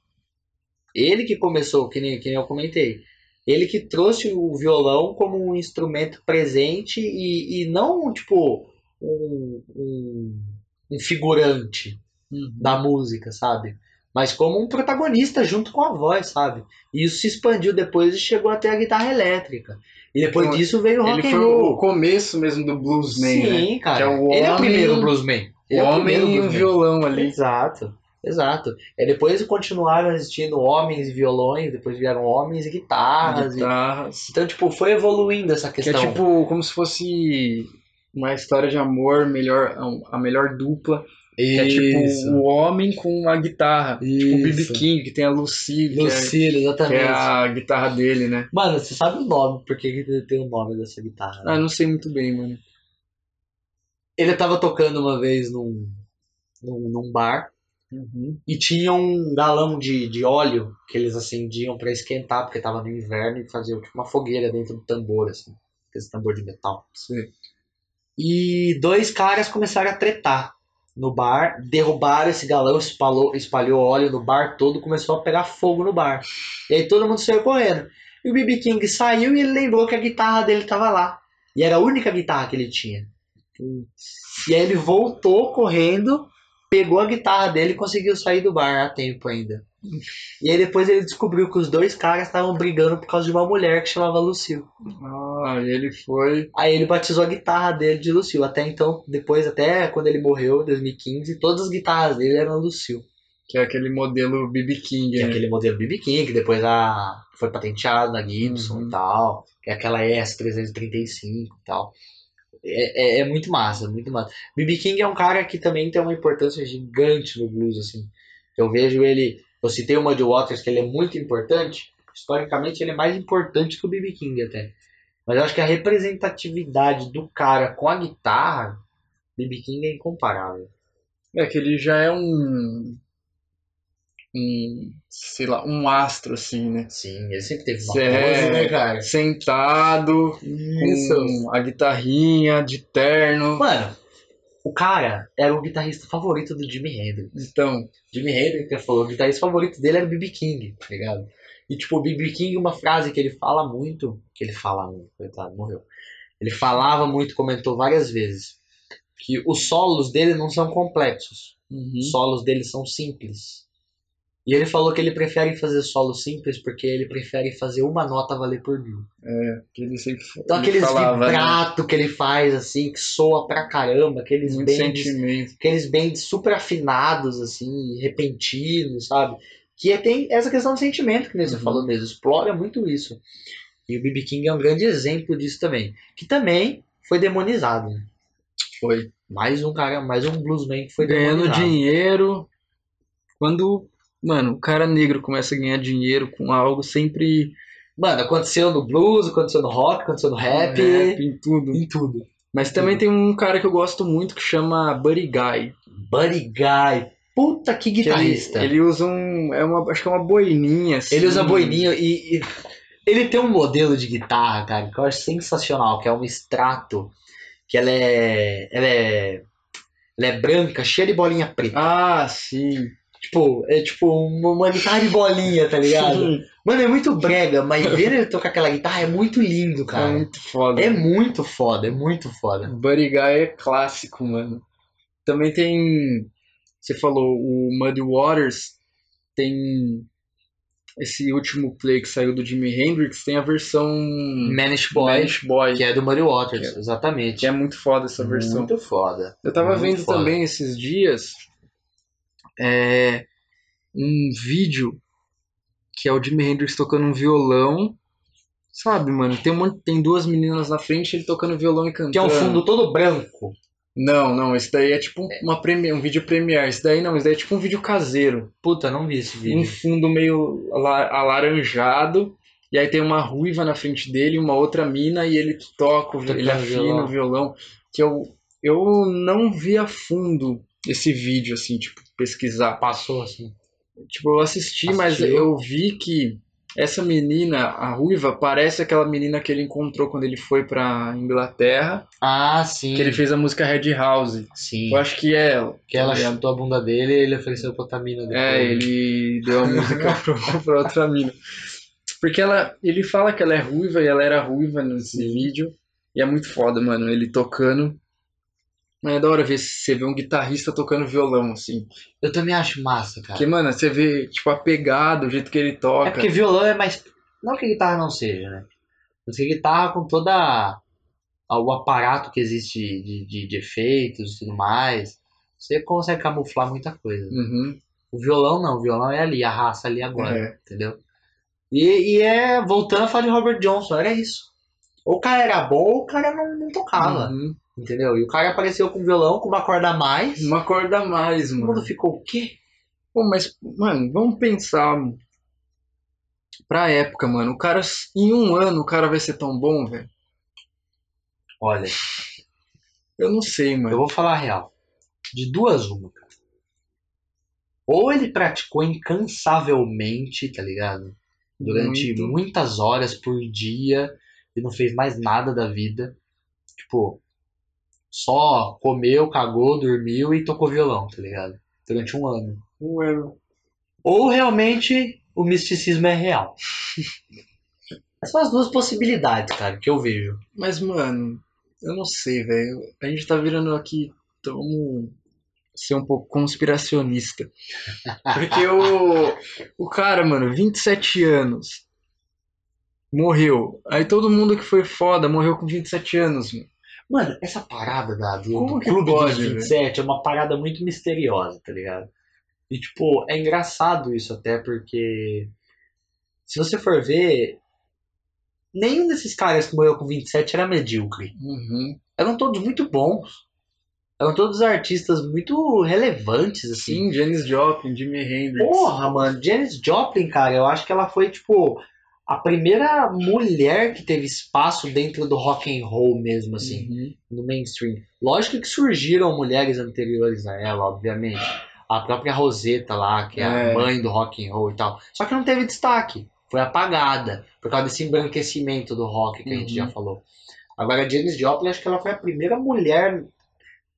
[SPEAKER 2] Ele que começou, que nem, que nem eu comentei. Ele que trouxe o violão como um instrumento presente e, e não, tipo, um, um, um figurante
[SPEAKER 1] Uhum.
[SPEAKER 2] da música, sabe? Mas como um protagonista junto com a voz, sabe? E isso se expandiu depois e chegou até a guitarra elétrica. E depois
[SPEAKER 1] Então,
[SPEAKER 2] disso veio o rock
[SPEAKER 1] Ele
[SPEAKER 2] and
[SPEAKER 1] foi
[SPEAKER 2] roll.
[SPEAKER 1] o começo mesmo do bluesman, né?
[SPEAKER 2] Sim, cara.
[SPEAKER 1] Que é o
[SPEAKER 2] ele é o
[SPEAKER 1] homem-
[SPEAKER 2] primeiro bluesman. Ele
[SPEAKER 1] O
[SPEAKER 2] é o
[SPEAKER 1] homem
[SPEAKER 2] primeiro
[SPEAKER 1] e o
[SPEAKER 2] bluesman.
[SPEAKER 1] violão ali.
[SPEAKER 2] Exato, exato. É, depois continuaram existindo homens e violões, depois vieram homens e guitarras. e-
[SPEAKER 1] guitarras.
[SPEAKER 2] Então, tipo, foi evoluindo essa
[SPEAKER 1] Que é
[SPEAKER 2] questão.
[SPEAKER 1] tipo como se fosse uma história de amor, melhor, um, a melhor dupla. Que é
[SPEAKER 2] Isso.
[SPEAKER 1] tipo o homem com a guitarra. Tipo o B.B.
[SPEAKER 2] Isso.
[SPEAKER 1] King, que tem a Lucy, que é-
[SPEAKER 2] Lucille,
[SPEAKER 1] que, é,
[SPEAKER 2] exatamente.
[SPEAKER 1] a guitarra dele, né?
[SPEAKER 2] Mano, você sabe o nome, porque que tem o nome dessa guitarra. né?
[SPEAKER 1] Ah, não sei muito bem, mano.
[SPEAKER 2] Ele tava tocando uma vez num, num, num bar e tinha um galão de, de óleo que eles acendiam pra esquentar, porque tava no inverno e fazia tipo, uma fogueira dentro do tambor, assim, esse tambor de metal.
[SPEAKER 1] Sei.
[SPEAKER 2] E dois caras começaram a tretar no bar, derrubaram esse galão, espalhou, espalhou óleo no bar todo, começou a pegar fogo no bar. E aí todo mundo saiu correndo. E o BB King saiu e ele lembrou que a guitarra dele tava lá. E era a única guitarra que ele tinha. E aí ele voltou correndo, pegou a guitarra dele e conseguiu sair do bar a tempo ainda. E aí depois ele descobriu que os dois caras estavam brigando por causa de uma mulher que chamava Lucille.
[SPEAKER 1] Ah, e ele foi.
[SPEAKER 2] Aí ele batizou a guitarra dele de Lucille. Até então, depois, até quando ele morreu, em 2015, todas as guitarras dele eram Lucille.
[SPEAKER 1] Que é aquele modelo B.B. King,
[SPEAKER 2] Que é
[SPEAKER 1] né?
[SPEAKER 2] aquele modelo BB King, que depois a... foi patenteado na Gibson
[SPEAKER 1] Uhum.
[SPEAKER 2] e tal. Que é aquela S335 e tal. É, é, é muito massa, muito massa. BB King é um cara que também tem uma importância gigante no blues, assim. Eu vejo ele... Eu citei o Muddy Waters, que ele é muito importante. Historicamente, ele é mais importante que o BB King, até. Mas eu acho que a representatividade do cara com a guitarra, BB King é incomparável.
[SPEAKER 1] É que ele já é um. Um. Sei lá, um astro, assim, né?
[SPEAKER 2] Sim, ele sempre teve uma
[SPEAKER 1] Cê-
[SPEAKER 2] coisa, né, cara?
[SPEAKER 1] Sentado, com a guitarrinha de terno.
[SPEAKER 2] Mano, o cara era o guitarrista favorito do Jimi Hendrix.
[SPEAKER 1] Então,
[SPEAKER 2] Jimi Hendrix que falou, o guitarrista favorito dele era o B.B. King, tá ligado? E tipo, o B.B. King, uma frase que ele fala muito, que ele fala muito, coitado, morreu. Ele falava muito, comentou várias vezes, que os solos dele não são complexos,
[SPEAKER 1] Hum.
[SPEAKER 2] os solos dele são simples. E ele falou que ele prefere fazer solo simples porque ele prefere fazer uma nota valer por mil.
[SPEAKER 1] que ele sempre fa-
[SPEAKER 2] Então
[SPEAKER 1] ele
[SPEAKER 2] aqueles
[SPEAKER 1] falava, né?
[SPEAKER 2] vibrato que ele faz, assim, que soa pra caramba, aqueles
[SPEAKER 1] Muito
[SPEAKER 2] bends
[SPEAKER 1] um sentimento.
[SPEAKER 2] aqueles bends super afinados, assim, repentinos, sabe? Que é- tem essa questão do sentimento que nem você
[SPEAKER 1] Uhum.
[SPEAKER 2] falou mesmo, explora muito isso. E o B.B. King é um grande exemplo disso também, que também foi demonizado. né?
[SPEAKER 1] Foi.
[SPEAKER 2] Mais um cara, mais um bluesman que foi
[SPEAKER 1] Ganhando
[SPEAKER 2] demonizado.
[SPEAKER 1] dinheiro. Quando, mano, o cara negro começa a ganhar dinheiro com algo sempre
[SPEAKER 2] Mano, aconteceu no blues, aconteceu no rock, aconteceu no rap,
[SPEAKER 1] É, rap, em tudo.
[SPEAKER 2] em tudo.
[SPEAKER 1] Mas também tem um cara que eu gosto muito que chama Buddy Guy.
[SPEAKER 2] Buddy Guy, puta que
[SPEAKER 1] Que ele-
[SPEAKER 2] guitarrista.
[SPEAKER 1] Ele, usa um. É uma, acho que é uma boininha. Assim.
[SPEAKER 2] Ele usa boininho e, e- ele tem um modelo de guitarra, cara, que eu acho sensacional, que é um extrato, que ela é, ela é, ela é branca, cheia de bolinha preta.
[SPEAKER 1] Ah, sim.
[SPEAKER 2] Tipo, é tipo uma, uma guitarra de bolinha, tá ligado?
[SPEAKER 1] Sim.
[SPEAKER 2] Mano, é muito brega, mas ver ele tocar aquela guitarra é muito lindo,
[SPEAKER 1] É
[SPEAKER 2] cara.
[SPEAKER 1] muito foda.
[SPEAKER 2] É muito foda, é muito foda.
[SPEAKER 1] Buddy Guy é clássico, mano. Também tem. Você falou, o Muddy Waters tem. Esse último play que saiu do Jimi Hendrix tem a versão
[SPEAKER 2] Manish Boy,
[SPEAKER 1] Manish Boy,
[SPEAKER 2] que é do Muddy Waters, exatamente.
[SPEAKER 1] que é muito foda essa versão.
[SPEAKER 2] Muito foda.
[SPEAKER 1] Eu tava
[SPEAKER 2] Muito
[SPEAKER 1] vendo
[SPEAKER 2] foda.
[SPEAKER 1] também esses dias é, um vídeo que é o Jimi Hendrix tocando um violão. Sabe, mano, tem, um monte- tem duas meninas na frente, ele tocando violão e cantando.
[SPEAKER 2] Que é um fundo todo branco.
[SPEAKER 1] Não, não, esse daí é tipo uma premi- um vídeo premiere. Esse daí não, esse daí é tipo um vídeo caseiro.
[SPEAKER 2] Puta, não vi esse
[SPEAKER 1] Um
[SPEAKER 2] vídeo.
[SPEAKER 1] fundo meio ala- alaranjado. E aí tem uma ruiva na frente dele, uma outra mina, e ele toca, o vi- ele
[SPEAKER 2] Tocando
[SPEAKER 1] afina o
[SPEAKER 2] violão.
[SPEAKER 1] violão. Que eu, eu não vi a fundo esse vídeo, assim, tipo, pesquisar.
[SPEAKER 2] Passou assim.
[SPEAKER 1] Tipo, eu assisti, mas
[SPEAKER 2] Assistiu.
[SPEAKER 1] eu vi que Essa menina, a ruiva, parece aquela menina que ele encontrou quando ele foi pra Inglaterra,
[SPEAKER 2] Ah, sim.
[SPEAKER 1] que ele fez a música Red House.
[SPEAKER 2] Sim.
[SPEAKER 1] Eu acho que é ela.
[SPEAKER 2] Que ela
[SPEAKER 1] É,
[SPEAKER 2] chutou a bunda dele e ele ofereceu potamina depois.
[SPEAKER 1] É, ele deu a música pra, pra outra mina. Porque ela, ele fala que ela é ruiva e ela era ruiva nesse vídeo. E é muito foda, mano, ele tocando. Mas é da hora ver você vê um guitarrista tocando violão, assim.
[SPEAKER 2] Eu também acho massa, cara.
[SPEAKER 1] Porque, mano, você vê, tipo, a pegada, o jeito que ele toca.
[SPEAKER 2] É porque violão é mais. Não que guitarra não seja, né? Mas que guitarra com toda a- o aparato que existe de, de, de efeitos e tudo mais. Você consegue camuflar muita coisa.
[SPEAKER 1] Uhum,
[SPEAKER 2] O violão não, o violão é ali, a raça ali agora,
[SPEAKER 1] É.
[SPEAKER 2] entendeu? E, e é, voltando a falar de Robert Johnson, era isso. Ou o cara era bom ou o cara não, não tocava,
[SPEAKER 1] uhum.
[SPEAKER 2] entendeu? E o cara apareceu com violão, com uma corda a mais.
[SPEAKER 1] Uma corda a mais,
[SPEAKER 2] Todo
[SPEAKER 1] mano.
[SPEAKER 2] mundo ficou o quê?
[SPEAKER 1] Pô, mas, mano, vamos pensar mano. pra época, mano. O cara, em um ano, o cara vai ser tão bom, velho?
[SPEAKER 2] Olha,
[SPEAKER 1] Eu não sei,
[SPEAKER 2] eu
[SPEAKER 1] mano.
[SPEAKER 2] vou falar a real. De duas, uma, cara. Ou ele praticou incansavelmente, tá ligado? Durante
[SPEAKER 1] Muito.
[SPEAKER 2] muitas horas por dia e não fez mais nada da vida. Tipo, só comeu, cagou, dormiu e tocou violão, tá ligado? Durante um ano.
[SPEAKER 1] Um ano.
[SPEAKER 2] Ou realmente o misticismo é real. Essas são as duas possibilidades, cara, que eu vejo.
[SPEAKER 1] Mas, mano, eu não sei, velho. A gente tá virando aqui tão. ser um pouco conspiracionista. Porque o. o cara, mano, 27 anos. Morreu. Aí todo mundo que foi foda morreu com 27 anos, mano.
[SPEAKER 2] Mano, essa parada da, do,
[SPEAKER 1] Como
[SPEAKER 2] do
[SPEAKER 1] que
[SPEAKER 2] Clube
[SPEAKER 1] pode,
[SPEAKER 2] dos 27 é uma parada muito misteriosa, tá ligado? E, tipo, é engraçado isso até porque. Se você for ver. Nenhum desses caras que morreu com 27 era medíocre.
[SPEAKER 1] Uhum.
[SPEAKER 2] Eram todos muito bons. Eram todos artistas muito relevantes, assim.
[SPEAKER 1] Sim, Janis Joplin, Jimi Hendrix.
[SPEAKER 2] Porra, mano, Janis Joplin, cara, eu acho que ela foi, tipo, a primeira mulher que teve espaço dentro do rock and roll mesmo, assim
[SPEAKER 1] Uhum.
[SPEAKER 2] no mainstream. Lógico que surgiram mulheres anteriores a ela, obviamente. A própria Rosetta lá, que é,
[SPEAKER 1] É.
[SPEAKER 2] a mãe do rock and roll e tal. Só que não teve destaque. Foi apagada por causa desse embranquecimento do rock que a gente
[SPEAKER 1] Uhum.
[SPEAKER 2] já falou. Agora, a Janis Joplin, acho que ela foi a primeira mulher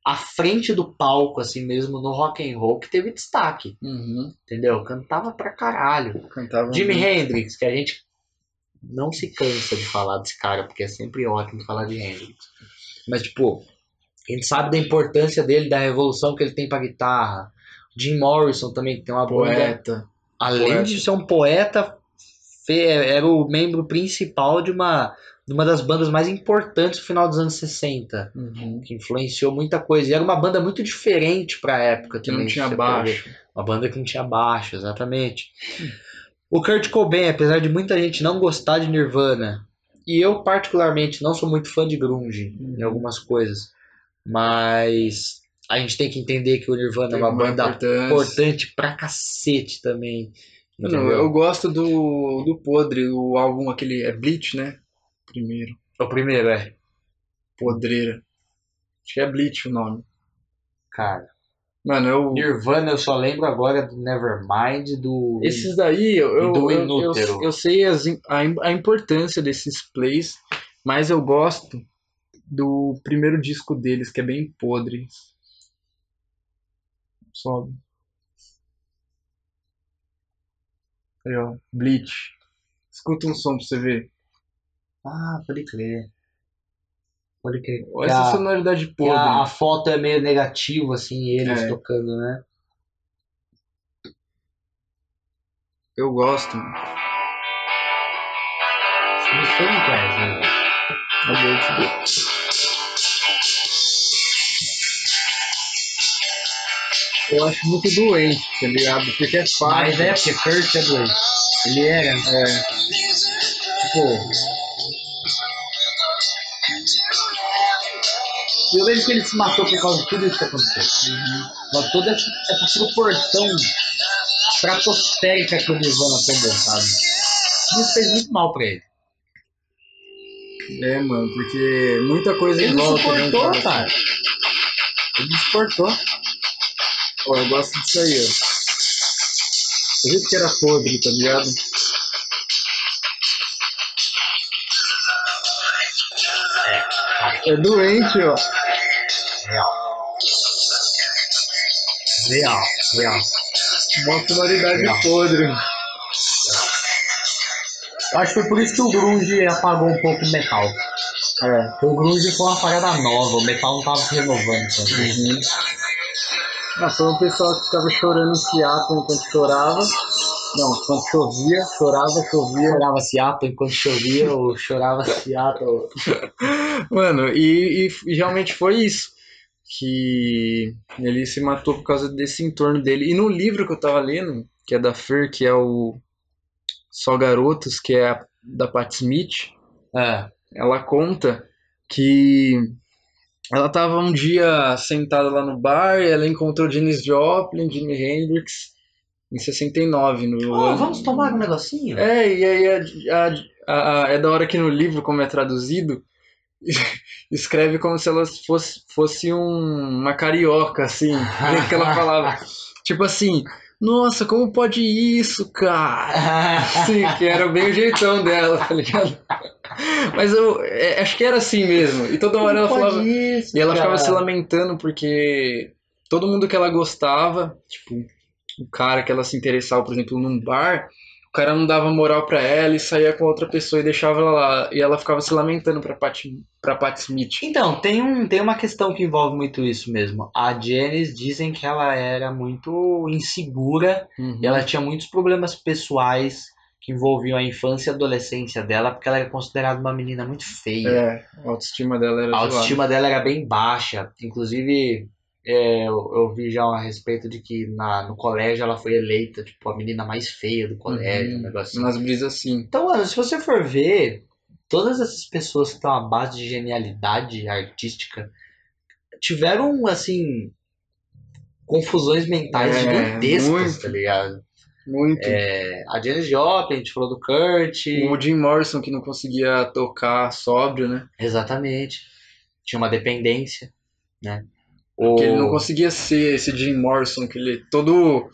[SPEAKER 2] à frente do palco, assim mesmo, no rock and roll, que teve destaque,
[SPEAKER 1] Uhum.
[SPEAKER 2] entendeu? Cantava pra caralho.
[SPEAKER 1] Cantava. um
[SPEAKER 2] Jimi
[SPEAKER 1] muito.
[SPEAKER 2] Hendrix, que a gente não se cansa de falar desse cara, porque é sempre ótimo falar de Hendrix. Mas, tipo, a gente sabe da importância dele, da revolução que ele tem pra guitarra. Jim Morrison também, que tem uma banda.
[SPEAKER 1] Poeta.
[SPEAKER 2] Além
[SPEAKER 1] poeta.
[SPEAKER 2] de ser um poeta, fe- era o membro principal de uma, de uma das bandas mais importantes do final dos anos 60.
[SPEAKER 1] Uhum.
[SPEAKER 2] Que influenciou muita coisa. E era uma banda muito diferente pra época
[SPEAKER 1] Que
[SPEAKER 2] também.
[SPEAKER 1] não
[SPEAKER 2] se
[SPEAKER 1] tinha
[SPEAKER 2] você for ver.
[SPEAKER 1] baixo.
[SPEAKER 2] Uma banda que não tinha baixo, exatamente. O Kurt Cobain, apesar de muita gente não gostar de Nirvana, e eu particularmente não sou muito fã de grunge
[SPEAKER 1] Uhum.
[SPEAKER 2] em algumas coisas, mas a gente tem que entender que o Nirvana é uma banda
[SPEAKER 1] importante.
[SPEAKER 2] importante pra cacete também.
[SPEAKER 1] Mano,
[SPEAKER 2] entendeu?
[SPEAKER 1] eu gosto do, do Podre, o álbum aquele. É Bleach, né? Primeiro.
[SPEAKER 2] O primeiro é,
[SPEAKER 1] Podreira. Acho que é Bleach o nome.
[SPEAKER 2] cara,
[SPEAKER 1] Mano, eu.
[SPEAKER 2] Nirvana eu só lembro agora do Nevermind, do
[SPEAKER 1] Esses daí, eu, eu,
[SPEAKER 2] Do
[SPEAKER 1] eu, eu,
[SPEAKER 2] Inútero.
[SPEAKER 1] eu sei as im- a, im- a importância desses plays, mas eu gosto do primeiro disco deles, que é bem podre. Sobe. Aí, ó, Bleach. Escuta um som pra você ver.
[SPEAKER 2] Ah, pode crer. Pode crer.
[SPEAKER 1] Olha essa sonoridade
[SPEAKER 2] E
[SPEAKER 1] podre.
[SPEAKER 2] a, a foto é meio negativa, assim, eles
[SPEAKER 1] É.
[SPEAKER 2] tocando, né?
[SPEAKER 1] Eu gosto, mano.
[SPEAKER 2] Você não conhece, né? velho?
[SPEAKER 1] Eu gosto. Eu acho muito doente, tá ligado? Porque é fácil.
[SPEAKER 2] Mas é, porque Kurt é doido. Ele era. É. Tipo. Eu lembro que ele se matou por causa de tudo isso que aconteceu. Mas Toda essa, essa proporção estratosférica que o Nirvana tomou, sabe? Isso fez muito mal pra ele.
[SPEAKER 1] É, mano, porque muita coisa
[SPEAKER 2] Ele não
[SPEAKER 1] envolve.
[SPEAKER 2] suportou,
[SPEAKER 1] né,
[SPEAKER 2] cara. Ele não suportou.
[SPEAKER 1] Ó, eu gosto disso aí, ó. O jeito que era podre, tá ligado? É doente, ó.
[SPEAKER 2] Real, real.
[SPEAKER 1] Uma sonoridade
[SPEAKER 2] É.
[SPEAKER 1] podre.
[SPEAKER 2] Acho que foi por isso que o Grunge apagou um pouco o metal.
[SPEAKER 1] É.
[SPEAKER 2] O Grunge foi uma parada nova, o metal não tava se renovando tá? tanto.
[SPEAKER 1] Mas foi um pessoal que ficava chorando Seattle enquanto chorava. Não, enquanto chovia, chorava, chovia.
[SPEAKER 2] Chorava Seattle enquanto chovia, eu chorava Seattle.
[SPEAKER 1] Mano, e, e- e realmente foi isso. Que ele se matou por causa desse entorno dele. E no livro que eu tava lendo, que é da Fer, que é o Só Garotos, que é a- da Pat Smith,
[SPEAKER 2] É,
[SPEAKER 1] ela conta que ela tava um dia sentada lá no bar e ela encontrou Janis Joplin, Jimi Hendrix, em 69, no
[SPEAKER 2] Ó,
[SPEAKER 1] ano-
[SPEAKER 2] vamos tomar um negocinho?
[SPEAKER 1] é, e aí a- a- a- é da hora que no livro, como é traduzido, escreve como se ela fosse, fosse um- uma carioca, assim, do jeito que ela falava. Tipo assim, nossa, como pode isso, cara? Assim, que era bem o jeitão dela, tá ligado? Mas eu é, acho que era assim mesmo. E toda hora ela
[SPEAKER 2] Pode
[SPEAKER 1] falava.
[SPEAKER 2] isso,
[SPEAKER 1] E ela ficava
[SPEAKER 2] cara.
[SPEAKER 1] se lamentando porque todo mundo que ela gostava, tipo, o cara que ela se interessava, por exemplo, num bar, o cara não dava moral pra ela e saía com outra pessoa e deixava ela lá. E ela ficava se lamentando pra Pat, pra Pat Smith.
[SPEAKER 2] Então, tem, um, tem uma questão que envolve muito isso mesmo. A Janice dizem que ela era muito insegura e ela tinha muitos problemas pessoais que envolviam a infância e a adolescência dela, porque ela era considerada uma menina muito feia.
[SPEAKER 1] É, a autoestima dela era
[SPEAKER 2] a
[SPEAKER 1] zoada.
[SPEAKER 2] autoestima dela era bem baixa. Inclusive, é, eu, eu vi já a respeito de que na, no colégio ela foi eleita, tipo, a menina mais feia do colégio,
[SPEAKER 1] Uhum.
[SPEAKER 2] um negócio assim.
[SPEAKER 1] Umas brisas assim.
[SPEAKER 2] Então, mano, se você for ver, todas essas pessoas que estão à base de genialidade artística tiveram, assim, confusões mentais
[SPEAKER 1] É,
[SPEAKER 2] gigantescas,
[SPEAKER 1] muito.
[SPEAKER 2] tá ligado?
[SPEAKER 1] Muito.
[SPEAKER 2] É, a Janis Joplin, a gente falou do Kurt.
[SPEAKER 1] O Jim Morrison que não conseguia tocar sóbrio, né?
[SPEAKER 2] Exatamente. Tinha uma dependência, né?
[SPEAKER 1] Que É ele não
[SPEAKER 2] O...
[SPEAKER 1] conseguia ser esse Jim Morrison que ele é todo.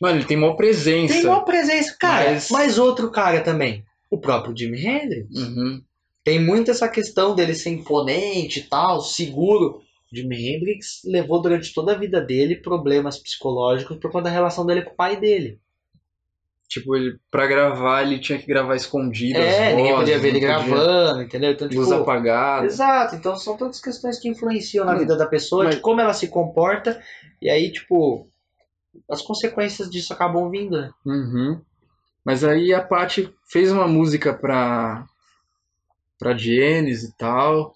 [SPEAKER 1] Mano, ele tem maior presença.
[SPEAKER 2] Tem uma presença, cara,
[SPEAKER 1] Mas-
[SPEAKER 2] mas... outro cara também. O próprio Jimi Hendrix.
[SPEAKER 1] Uhum.
[SPEAKER 2] Tem muito essa questão dele ser imponente e tal, seguro. Jimi Hendrix levou durante toda a vida dele problemas psicológicos por conta da relação dele com o pai dele.
[SPEAKER 1] Tipo, ele, pra gravar, ele tinha que gravar escondido as
[SPEAKER 2] é, ninguém
[SPEAKER 1] vozes,
[SPEAKER 2] podia ver ele
[SPEAKER 1] não podia-
[SPEAKER 2] gravando, entendeu? Então, tipo,
[SPEAKER 1] Luz apagada.
[SPEAKER 2] Exato, então são todas questões que influenciam na
[SPEAKER 1] Mas-
[SPEAKER 2] vida da pessoa,
[SPEAKER 1] mas-
[SPEAKER 2] de como ela se comporta, e aí, tipo, as consequências disso acabam vindo, né?
[SPEAKER 1] Uhum. Mas aí a Paty fez uma música pra, pra Janis e tal.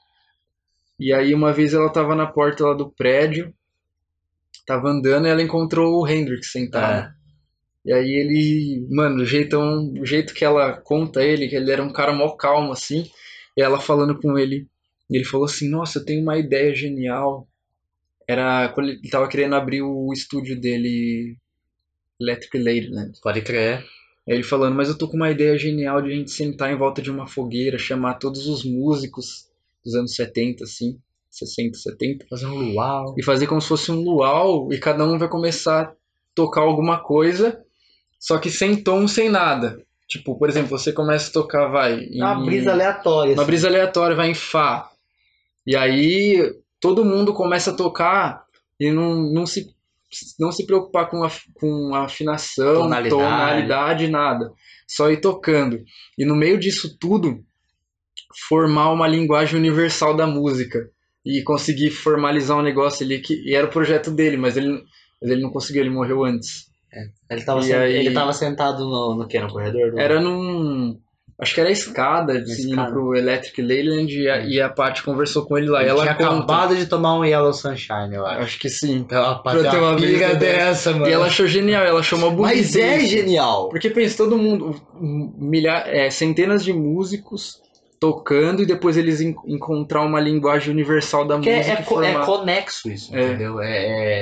[SPEAKER 1] E aí uma vez ela tava na porta lá do prédio, tava andando e ela encontrou o Hendrix sentado. E aí ele, mano, o jeitão, o jeito que ela conta ele, que ele era um cara mó calmo assim, e ela falando com ele, e ele falou assim: "Nossa, eu tenho uma ideia genial". Era quando ele tava querendo abrir o estúdio dele Electric Ladyland.
[SPEAKER 2] Pode crer.
[SPEAKER 1] Aí Ele falando, mas eu tô com uma ideia genial de a gente sentar em volta de uma fogueira, chamar todos os músicos dos anos 70, assim, 60, 70,
[SPEAKER 2] Fazer um luau.
[SPEAKER 1] e fazer como se fosse um luau, e cada um vai começar a tocar alguma coisa, só que sem tom, sem nada. Tipo, por exemplo, você começa a tocar, vai, em...
[SPEAKER 2] É Uma brisa aleatória.
[SPEAKER 1] Uma
[SPEAKER 2] assim.
[SPEAKER 1] brisa aleatória, vai em Fá. E aí todo mundo começa a tocar e não, não, se, não se preocupar com a, com a afinação,
[SPEAKER 2] Tonalidade.
[SPEAKER 1] tonalidade, nada. Só ir tocando. E no meio disso tudo, formar uma linguagem universal da música. E conseguir formalizar um negócio ali que e era o projeto dele, mas ele, mas ele não conseguiu, ele morreu antes.
[SPEAKER 2] Ele tava,
[SPEAKER 1] E
[SPEAKER 2] sen-
[SPEAKER 1] aí-
[SPEAKER 2] ele tava sentado no, no que? No corredor? do-
[SPEAKER 1] Era num. Acho que era a escada, seguindo
[SPEAKER 2] escada.
[SPEAKER 1] pro Electric Leyland, e a,
[SPEAKER 2] É.
[SPEAKER 1] e a Paty conversou com ele lá.
[SPEAKER 2] Ele
[SPEAKER 1] e ela
[SPEAKER 2] tinha
[SPEAKER 1] conta.
[SPEAKER 2] acabado de tomar um Yellow Sunshine, eu acho.
[SPEAKER 1] Acho que sim.
[SPEAKER 2] Ela
[SPEAKER 1] ter uma brisa
[SPEAKER 2] dessa,
[SPEAKER 1] E ela achou genial, ela achou uma bonita.
[SPEAKER 2] Mas é
[SPEAKER 1] isso.
[SPEAKER 2] genial.
[SPEAKER 1] Porque pensa, todo mundo, um, milha- é, centenas de músicos tocando e depois eles en- encontrar uma linguagem universal da
[SPEAKER 2] Porque
[SPEAKER 1] música.
[SPEAKER 2] é,
[SPEAKER 1] e
[SPEAKER 2] co- é
[SPEAKER 1] formar.
[SPEAKER 2] conexo isso,
[SPEAKER 1] É.
[SPEAKER 2] entendeu? É,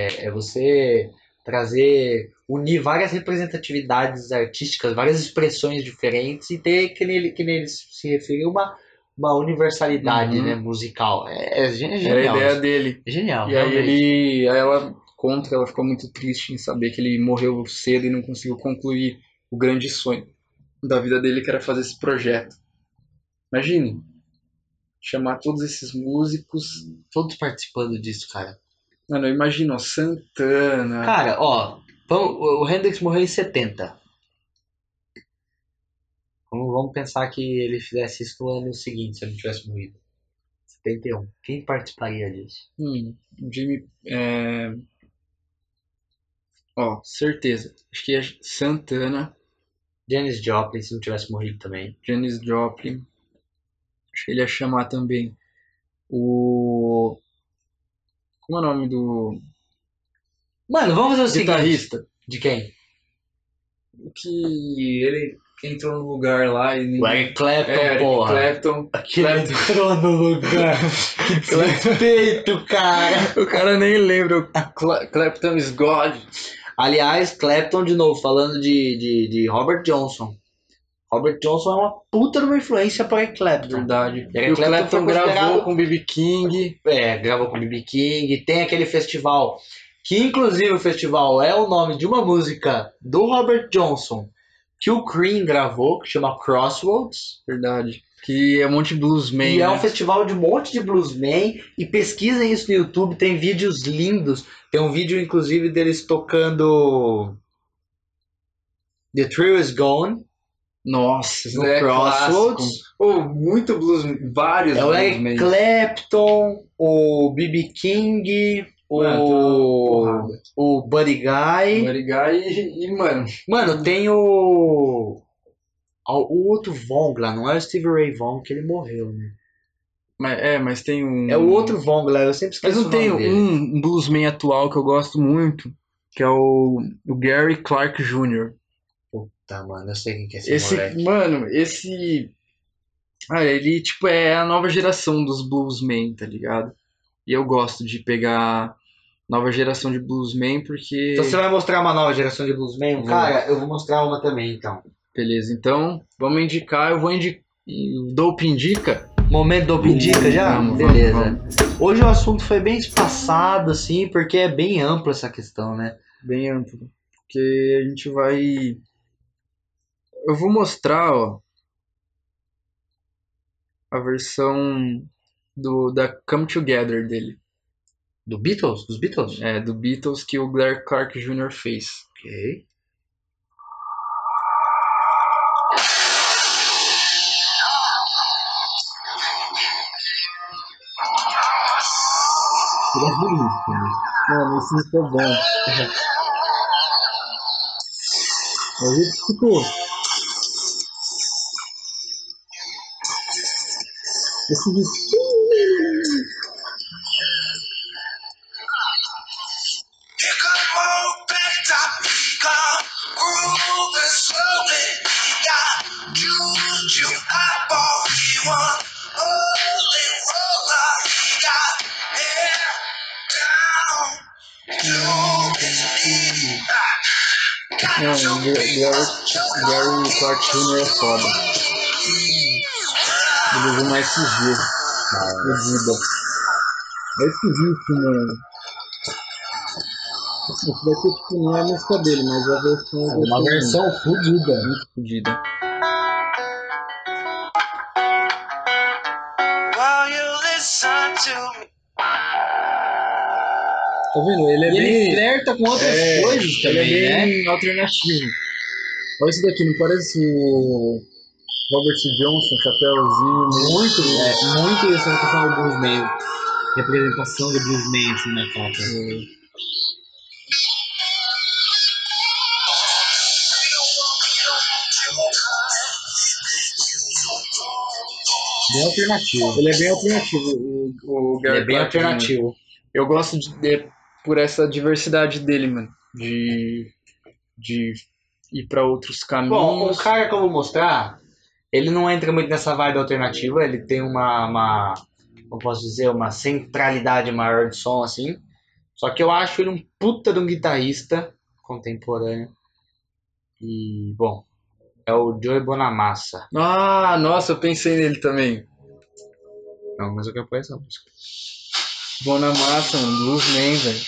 [SPEAKER 2] é, é você trazer, unir várias representatividades artísticas, várias expressões diferentes e ter, que nele, que nele se referiu, uma, uma universalidade
[SPEAKER 1] Uhum.
[SPEAKER 2] né, musical. É, é gen- é
[SPEAKER 1] Era a
[SPEAKER 2] genial.
[SPEAKER 1] ideia
[SPEAKER 2] isso.
[SPEAKER 1] dele.
[SPEAKER 2] É genial.
[SPEAKER 1] E aí
[SPEAKER 2] realmente.
[SPEAKER 1] ele. Aí ela conta que ela ficou muito triste em saber que ele morreu cedo e não conseguiu concluir o grande sonho da vida dele, que era fazer esse projeto. Imagine chamar todos esses músicos.
[SPEAKER 2] Todos participando disso, cara.
[SPEAKER 1] Mano, eu imagino, ó, Santana.
[SPEAKER 2] Cara, ó, vamos- o Hendrix morreu em 70. Vamos, vamos pensar que ele fizesse isso no ano seguinte, se ele não tivesse morrido. 71. Quem participaria disso?
[SPEAKER 1] Hum, Jimmy. É... Ó, certeza. Acho que é Santana,
[SPEAKER 2] Janis Joplin, se não tivesse morrido também.
[SPEAKER 1] Janis Joplin. Acho que ele ia chamar também o. Como é o nome do
[SPEAKER 2] Mano, vamos fazer o seguinte.
[SPEAKER 1] guitarrista?
[SPEAKER 2] De quem?
[SPEAKER 1] O que ele entrou no lugar lá e.
[SPEAKER 2] O Eric Clapton,
[SPEAKER 1] É, Eric
[SPEAKER 2] porra.
[SPEAKER 1] Clapton.
[SPEAKER 2] Aquele
[SPEAKER 1] Clapton.
[SPEAKER 2] entrou no lugar. que desrespeito, cara.
[SPEAKER 1] O cara nem lembra. Cla Clapton is God.
[SPEAKER 2] Aliás, Clapton, de novo, falando de, de, de Robert Johnson. Robert Johnson é uma puta de uma influência para Clapton.
[SPEAKER 1] Verdade.
[SPEAKER 2] E
[SPEAKER 1] E o Clapton,
[SPEAKER 2] foi
[SPEAKER 1] gravou
[SPEAKER 2] considerado-
[SPEAKER 1] com o B.B. King.
[SPEAKER 2] É, gravou com B.B. King, tem aquele festival, que inclusive o festival é o nome de uma música do Robert Johnson, que o Cream gravou, que chama Crossroads.
[SPEAKER 1] Verdade. Que é um monte de bluesman.
[SPEAKER 2] e é um
[SPEAKER 1] né?
[SPEAKER 2] festival de um monte de bluesmen. E pesquisem isso no YouTube, tem vídeos lindos. Tem um vídeo, inclusive, deles tocando. The Thrill is Gone.
[SPEAKER 1] Nossa, isso
[SPEAKER 2] No
[SPEAKER 1] é
[SPEAKER 2] Crossroads.
[SPEAKER 1] clássico. Pô, muito blues, vários
[SPEAKER 2] É o Eric
[SPEAKER 1] bluesmen.
[SPEAKER 2] Clapton, o B.B. King,
[SPEAKER 1] Mano, tá
[SPEAKER 2] o,
[SPEAKER 1] porrada.
[SPEAKER 2] o Buddy Guy.
[SPEAKER 1] Buddy Guy e, e, mano,
[SPEAKER 2] Mano, tem o. ao- O outro Vong lá, não é o Steve Ray Vong que ele morreu, né?
[SPEAKER 1] mas, é, mas tem um...
[SPEAKER 2] É o outro Vong lá, eu sempre
[SPEAKER 1] Mas
[SPEAKER 2] esqueço
[SPEAKER 1] não
[SPEAKER 2] o nome
[SPEAKER 1] tem
[SPEAKER 2] dele.
[SPEAKER 1] um bluesman atual que eu gosto muito, que é o, o Gary Clark Jr.
[SPEAKER 2] Tá, mano, eu sei quem que é esse,
[SPEAKER 1] Esse,
[SPEAKER 2] moleque.
[SPEAKER 1] mano, esse... Cara, ele, tipo, é a nova geração dos bluesmen, tá ligado? E eu gosto de pegar nova geração de bluesmen porque...
[SPEAKER 2] Então você vai mostrar uma nova geração de bluesmen?
[SPEAKER 1] Vou.
[SPEAKER 2] Cara, eu vou mostrar uma também, então.
[SPEAKER 1] Beleza, então vamos indicar, eu vou indicar. Dope indica?
[SPEAKER 2] Momento do Pindica já?
[SPEAKER 1] Vamos, vamos,
[SPEAKER 2] Beleza.
[SPEAKER 1] vamos.
[SPEAKER 2] Hoje o assunto foi bem espaçado, assim, porque é bem ampla essa questão, né?
[SPEAKER 1] Bem amplo. Porque a gente vai. Eu vou mostrar, ó. A versão do, da Come Together dele.
[SPEAKER 2] Do Beatles? Dos Beatles?
[SPEAKER 1] É, do Beatles que o Blair Clark Jr. fez.
[SPEAKER 2] Ok. é né?
[SPEAKER 1] Mano, esse não ficou bom. Mas isso ficou. Esse Mano, É, o Gary, Gary Clark Jr. é foda. Ele usou mais SG. O Duda. É esquisito, mano. né? Esse daqui tipo, não é a música dele, mas a versão é
[SPEAKER 2] Uma versão fodida. né?
[SPEAKER 1] muito fodida.
[SPEAKER 3] While you listen to me.
[SPEAKER 1] Tá vendo? Ele é
[SPEAKER 2] E ele
[SPEAKER 1] bem.
[SPEAKER 2] flerta com outras
[SPEAKER 1] É,
[SPEAKER 2] coisas
[SPEAKER 1] ele
[SPEAKER 2] também,
[SPEAKER 1] é
[SPEAKER 2] né?
[SPEAKER 1] bem alternativo. Olha isso daqui, não parece o Robert Johnson, chapéuzinho,
[SPEAKER 2] Muito, é, muito isso
[SPEAKER 1] né,
[SPEAKER 2] que fala do bluesman. Representação do bluesman, assim, na capa. Bem alternativo.
[SPEAKER 1] Ele é bem alternativo, o, o
[SPEAKER 2] Ele
[SPEAKER 1] Gary
[SPEAKER 2] é bem
[SPEAKER 1] Clark Jr.
[SPEAKER 2] alternativo.
[SPEAKER 1] Eu gosto de, de- por essa diversidade dele, mano. De, de ir pra outros caminhos.
[SPEAKER 2] Bom, o cara que eu vou mostrar, ele não entra muito nessa vibe alternativa, ele tem uma, uma como posso dizer, uma centralidade maior de som, assim. Só que eu acho ele um puta de um guitarrista contemporâneo. E, bom, é o Joey Bonamassa.
[SPEAKER 1] Ah, nossa, eu pensei nele também.
[SPEAKER 2] Não, mas eu quero pôr essa música.
[SPEAKER 1] Bonamassa, mano. Bluesman, velho.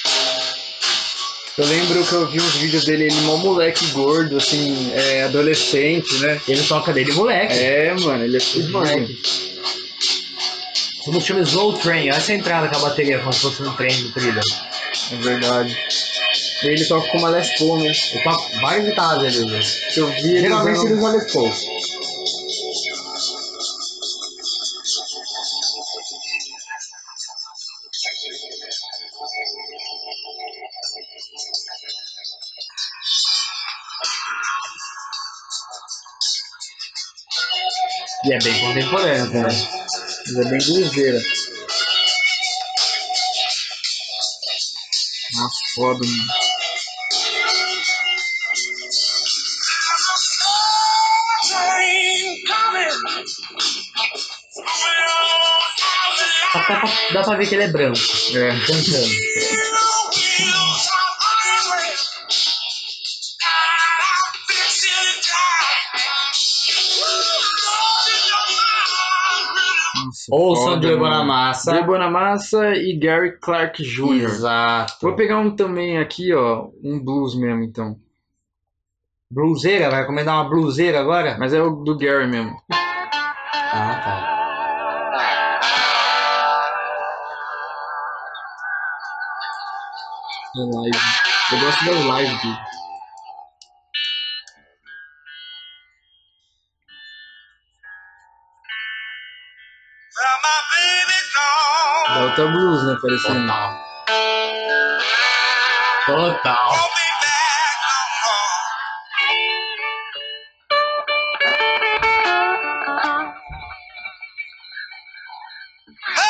[SPEAKER 1] Eu lembro que eu vi uns vídeos dele, ele mó moleque gordo, assim, é, adolescente, né?
[SPEAKER 2] Ele toca dele, moleque.
[SPEAKER 1] É, mano, ele é
[SPEAKER 2] Ele,
[SPEAKER 1] tudo
[SPEAKER 2] moleque. Essa música chama Slow Train. Olha essa entrada com a bateria, como se fosse um trem no trilho.
[SPEAKER 1] É verdade. E ele toca com uma Les Paul, né?
[SPEAKER 2] Eu toco várias guitarras dele. né?
[SPEAKER 1] Que eu vi ele
[SPEAKER 2] Geralmente
[SPEAKER 1] usando-
[SPEAKER 2] ele usa Les Paul. E é bem contemporâneo também.
[SPEAKER 1] Mas é bem ligeira. Nossa, foda, mano.
[SPEAKER 2] Só que dá pra, dá pra ver que ele é branco,
[SPEAKER 1] É.
[SPEAKER 2] cantando.
[SPEAKER 1] Nossa,
[SPEAKER 2] Ou o
[SPEAKER 1] foda,
[SPEAKER 2] Sandro
[SPEAKER 1] mano.
[SPEAKER 2] Bonamassa.
[SPEAKER 1] Drew Bonamassa e Gary Clark Jr.
[SPEAKER 2] Exato.
[SPEAKER 1] Vou pegar um também aqui, ó. Um blues mesmo, então.
[SPEAKER 2] Bluseira, vai recomendar uma bluseira agora?
[SPEAKER 1] Mas é o do Gary mesmo.
[SPEAKER 2] Ah, tá.
[SPEAKER 1] É live. Eu gosto das lives dele. Delta Blues, né? Parecendo.
[SPEAKER 2] Total. Total.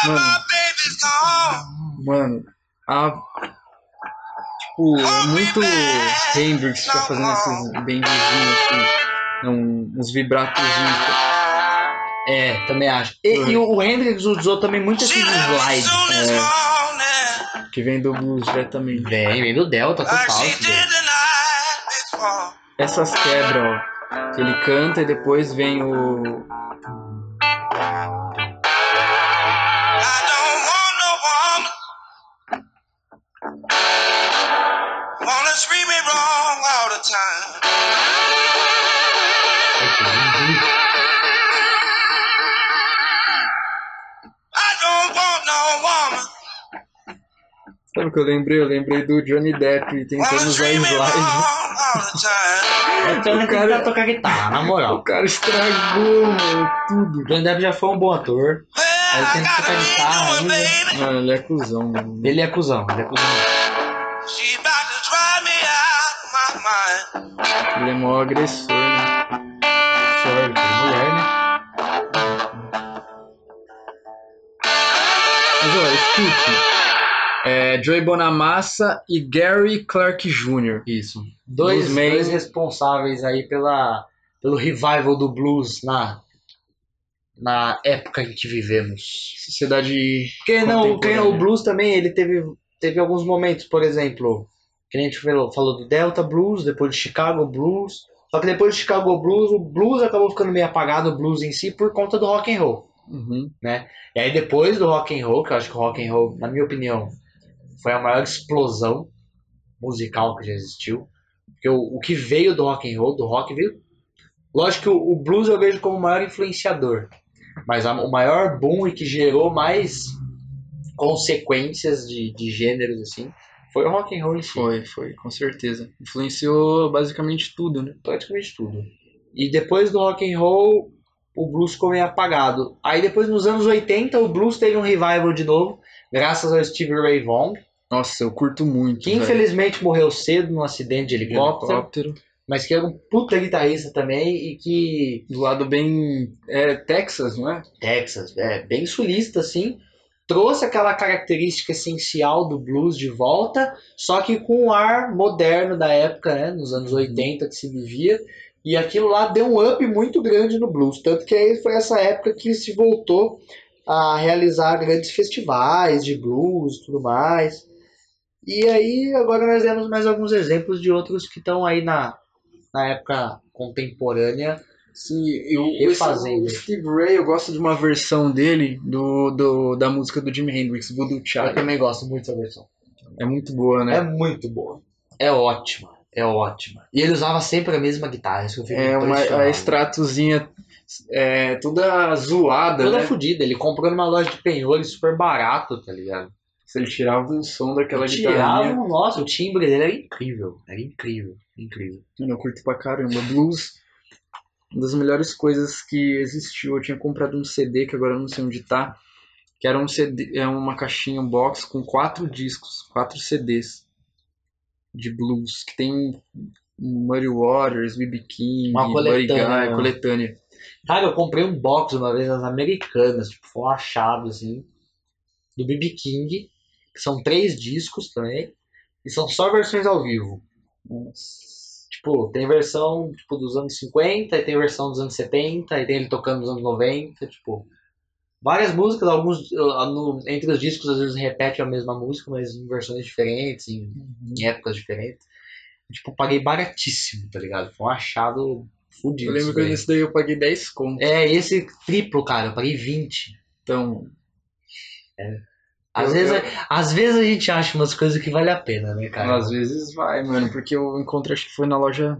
[SPEAKER 1] Mano, mano, a. Tipo, é muito Hendrix ficar fazendo esses bendzinhos assim. Um, uns vibratozinhos.
[SPEAKER 2] É, também acho. E, e o Hendrix usou também muito esses slides.
[SPEAKER 1] Que vem do blues diretamente.
[SPEAKER 2] Vem, vem do Delta, total.
[SPEAKER 3] She did the night before.
[SPEAKER 1] Essas quebras, ó. Que ele canta e depois vem o.
[SPEAKER 3] I don't want no woman. Wanna treat me wrong all the time. I don't want no woman.
[SPEAKER 1] Sabe o que eu lembrei? Eu lembrei do Johnny Depp tentando
[SPEAKER 3] Wanna
[SPEAKER 1] usar
[SPEAKER 3] treat me
[SPEAKER 1] slide.
[SPEAKER 3] wrong all the time.
[SPEAKER 2] Então ele
[SPEAKER 1] cara-
[SPEAKER 2] cara... tocar guitarra, na
[SPEAKER 1] O
[SPEAKER 2] moral.
[SPEAKER 1] cara estragou, mano, tudo.
[SPEAKER 2] O Johnny Depp já foi um bom ator.
[SPEAKER 3] Well,
[SPEAKER 2] Aí
[SPEAKER 3] I
[SPEAKER 2] tem que
[SPEAKER 3] gotta
[SPEAKER 2] tocar
[SPEAKER 3] be
[SPEAKER 2] guitarra
[SPEAKER 3] doing,
[SPEAKER 2] ainda.
[SPEAKER 3] baby.
[SPEAKER 1] Mano, ele é cuzão, mano.
[SPEAKER 2] Ele é cuzão, ele é cuzão.
[SPEAKER 3] She about to drive me out of my mind.
[SPEAKER 1] Ele é mó agressor, né?
[SPEAKER 2] Senhor, ele tem mulher, né?
[SPEAKER 1] Mas, ó, escute. É, Joey Bonamassa e Gary Clark Jr.
[SPEAKER 2] Isso. Dois,
[SPEAKER 1] Blues Man.
[SPEAKER 2] dois responsáveis aí pela, pelo revival do blues na, na época em que vivemos.
[SPEAKER 1] Sociedade...
[SPEAKER 2] Porque não, porque
[SPEAKER 1] Contemporâneo.
[SPEAKER 2] o blues também, ele teve, teve alguns momentos, por exemplo, que a gente falou, falou do Delta Blues, depois de Chicago Blues. Só que depois de Chicago Blues, o blues acabou ficando meio apagado, o blues em si, por conta do rock and roll.
[SPEAKER 1] Uhum.
[SPEAKER 2] E aí depois do rock and roll, que eu acho que o rock and roll, na minha opinião, foi a maior explosão musical que já existiu. Porque o, o que veio do rock and roll, do rock veio. Lógico que o, o blues eu vejo como o maior influenciador. Mas a- o maior boom e que gerou mais consequências de, de gêneros, assim, foi o rock and roll em si.
[SPEAKER 1] Foi, foi, com certeza. Influenciou basicamente tudo, né?
[SPEAKER 2] praticamente tudo. E depois do rock and roll, o blues ficou meio apagado. Aí depois nos anos 80, o blues teve um revival de novo, graças ao Steve Ray Vaughan,
[SPEAKER 1] Nossa, eu curto muito,
[SPEAKER 2] que
[SPEAKER 1] velho.
[SPEAKER 2] infelizmente morreu cedo num acidente de helicóptero,
[SPEAKER 1] Helicóptero.
[SPEAKER 2] mas que era um puta guitarrista também e que
[SPEAKER 1] Do lado bem... É Texas, não é?
[SPEAKER 2] Texas, é bem sulista assim, trouxe aquela característica essencial do blues de volta, só que com o ar moderno da época, né, nos anos 80 que se vivia, e aquilo lá deu um up muito grande no blues, tanto que aí foi essa época que se voltou a realizar grandes festivais de blues e tudo mais. E aí agora nós temos mais alguns exemplos de outros que estão aí na, na época contemporânea.
[SPEAKER 1] Sim, eu,
[SPEAKER 2] E fazendo.
[SPEAKER 1] o Steve Ray, eu gosto de uma versão dele do, do, da música do Jimi Hendrix, Voodoo
[SPEAKER 2] Eu
[SPEAKER 1] Child.
[SPEAKER 2] também gosto muito dessa versão.
[SPEAKER 1] É muito boa, né?
[SPEAKER 2] É muito boa. é ótima. É ótima. E ele usava sempre a mesma guitarra. Isso que eu fico
[SPEAKER 1] É uma
[SPEAKER 2] impressionado.
[SPEAKER 1] a extratozinha é, toda zoada,
[SPEAKER 2] Toda
[SPEAKER 1] né?
[SPEAKER 2] fodida. Ele comprou numa loja de penhores super barato, tá ligado?
[SPEAKER 1] Se ele tirava um som daquela
[SPEAKER 2] Tirava,
[SPEAKER 1] guitarrinha.
[SPEAKER 2] nossa, o timbre dele era incrível. Era incrível, incrível.
[SPEAKER 1] Mano, Eu curto pra caramba. Blues, uma das melhores coisas que existiu. Eu tinha comprado um CD, que agora eu não sei onde tá. Que era um CD, é uma caixinha, um box com quatro discos, quatro CDs de blues. Que tem Muddy Waters, B.B. King,
[SPEAKER 2] Uma
[SPEAKER 1] Buddy
[SPEAKER 2] coletânea.
[SPEAKER 1] Guy, coletânea.
[SPEAKER 2] Cara, eu comprei um box uma vez nas americanas, tipo, foi um achado, assim, do BB King, que são três discos também, e são só versões ao vivo. Tipo, tem versão, tipo, dos anos 50, e tem versão dos anos 70, e tem ele tocando nos anos 90, tipo... Várias músicas, alguns uh, no- entre os discos às vezes repete a mesma música, mas em versões diferentes, em,
[SPEAKER 1] Uhum.
[SPEAKER 2] em épocas diferentes. Tipo, paguei baratíssimo, tá ligado? Foi um achado fudido. assim,
[SPEAKER 1] Eu lembro
[SPEAKER 2] isso
[SPEAKER 1] que
[SPEAKER 2] daí.
[SPEAKER 1] nesse daí eu paguei 10 conto.
[SPEAKER 2] É, esse triplo, cara, eu paguei 20.
[SPEAKER 1] Então,
[SPEAKER 2] Às
[SPEAKER 1] Eu-
[SPEAKER 2] vezes, é-
[SPEAKER 1] eu-
[SPEAKER 2] a- às vezes a gente acha umas coisas que vale a pena, né, cara?
[SPEAKER 1] às vezes vai, mano, porque eu encontro, acho que foi na loja.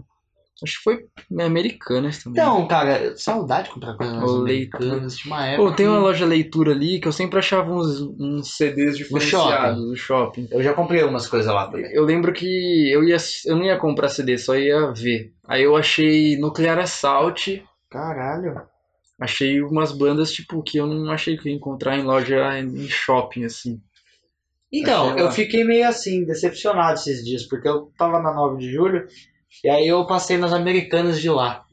[SPEAKER 1] Acho que foi na Americanas também.
[SPEAKER 2] Então, cara, saudade de comprar coisas nas
[SPEAKER 1] Ô,
[SPEAKER 2] americanas. Tinha uma época.
[SPEAKER 1] Pô, tem uma
[SPEAKER 2] que
[SPEAKER 1] loja leitura ali que eu sempre achava uns, uns CDs diferenciados do shopping.
[SPEAKER 2] Eu já comprei umas coisas lá também.
[SPEAKER 1] Eu lembro que eu, ia, eu não ia comprar CD, só ia ver. Aí eu achei Nuclear Assault,
[SPEAKER 2] Caralho.
[SPEAKER 1] achei umas bandas tipo que eu não achei que eu ia encontrar em loja, em shopping, assim.
[SPEAKER 2] Então,
[SPEAKER 1] Achei
[SPEAKER 2] eu
[SPEAKER 1] lá.
[SPEAKER 2] fiquei meio assim, decepcionado esses dias, porque eu tava na 9 de julho, e aí eu passei nas americanas de lá.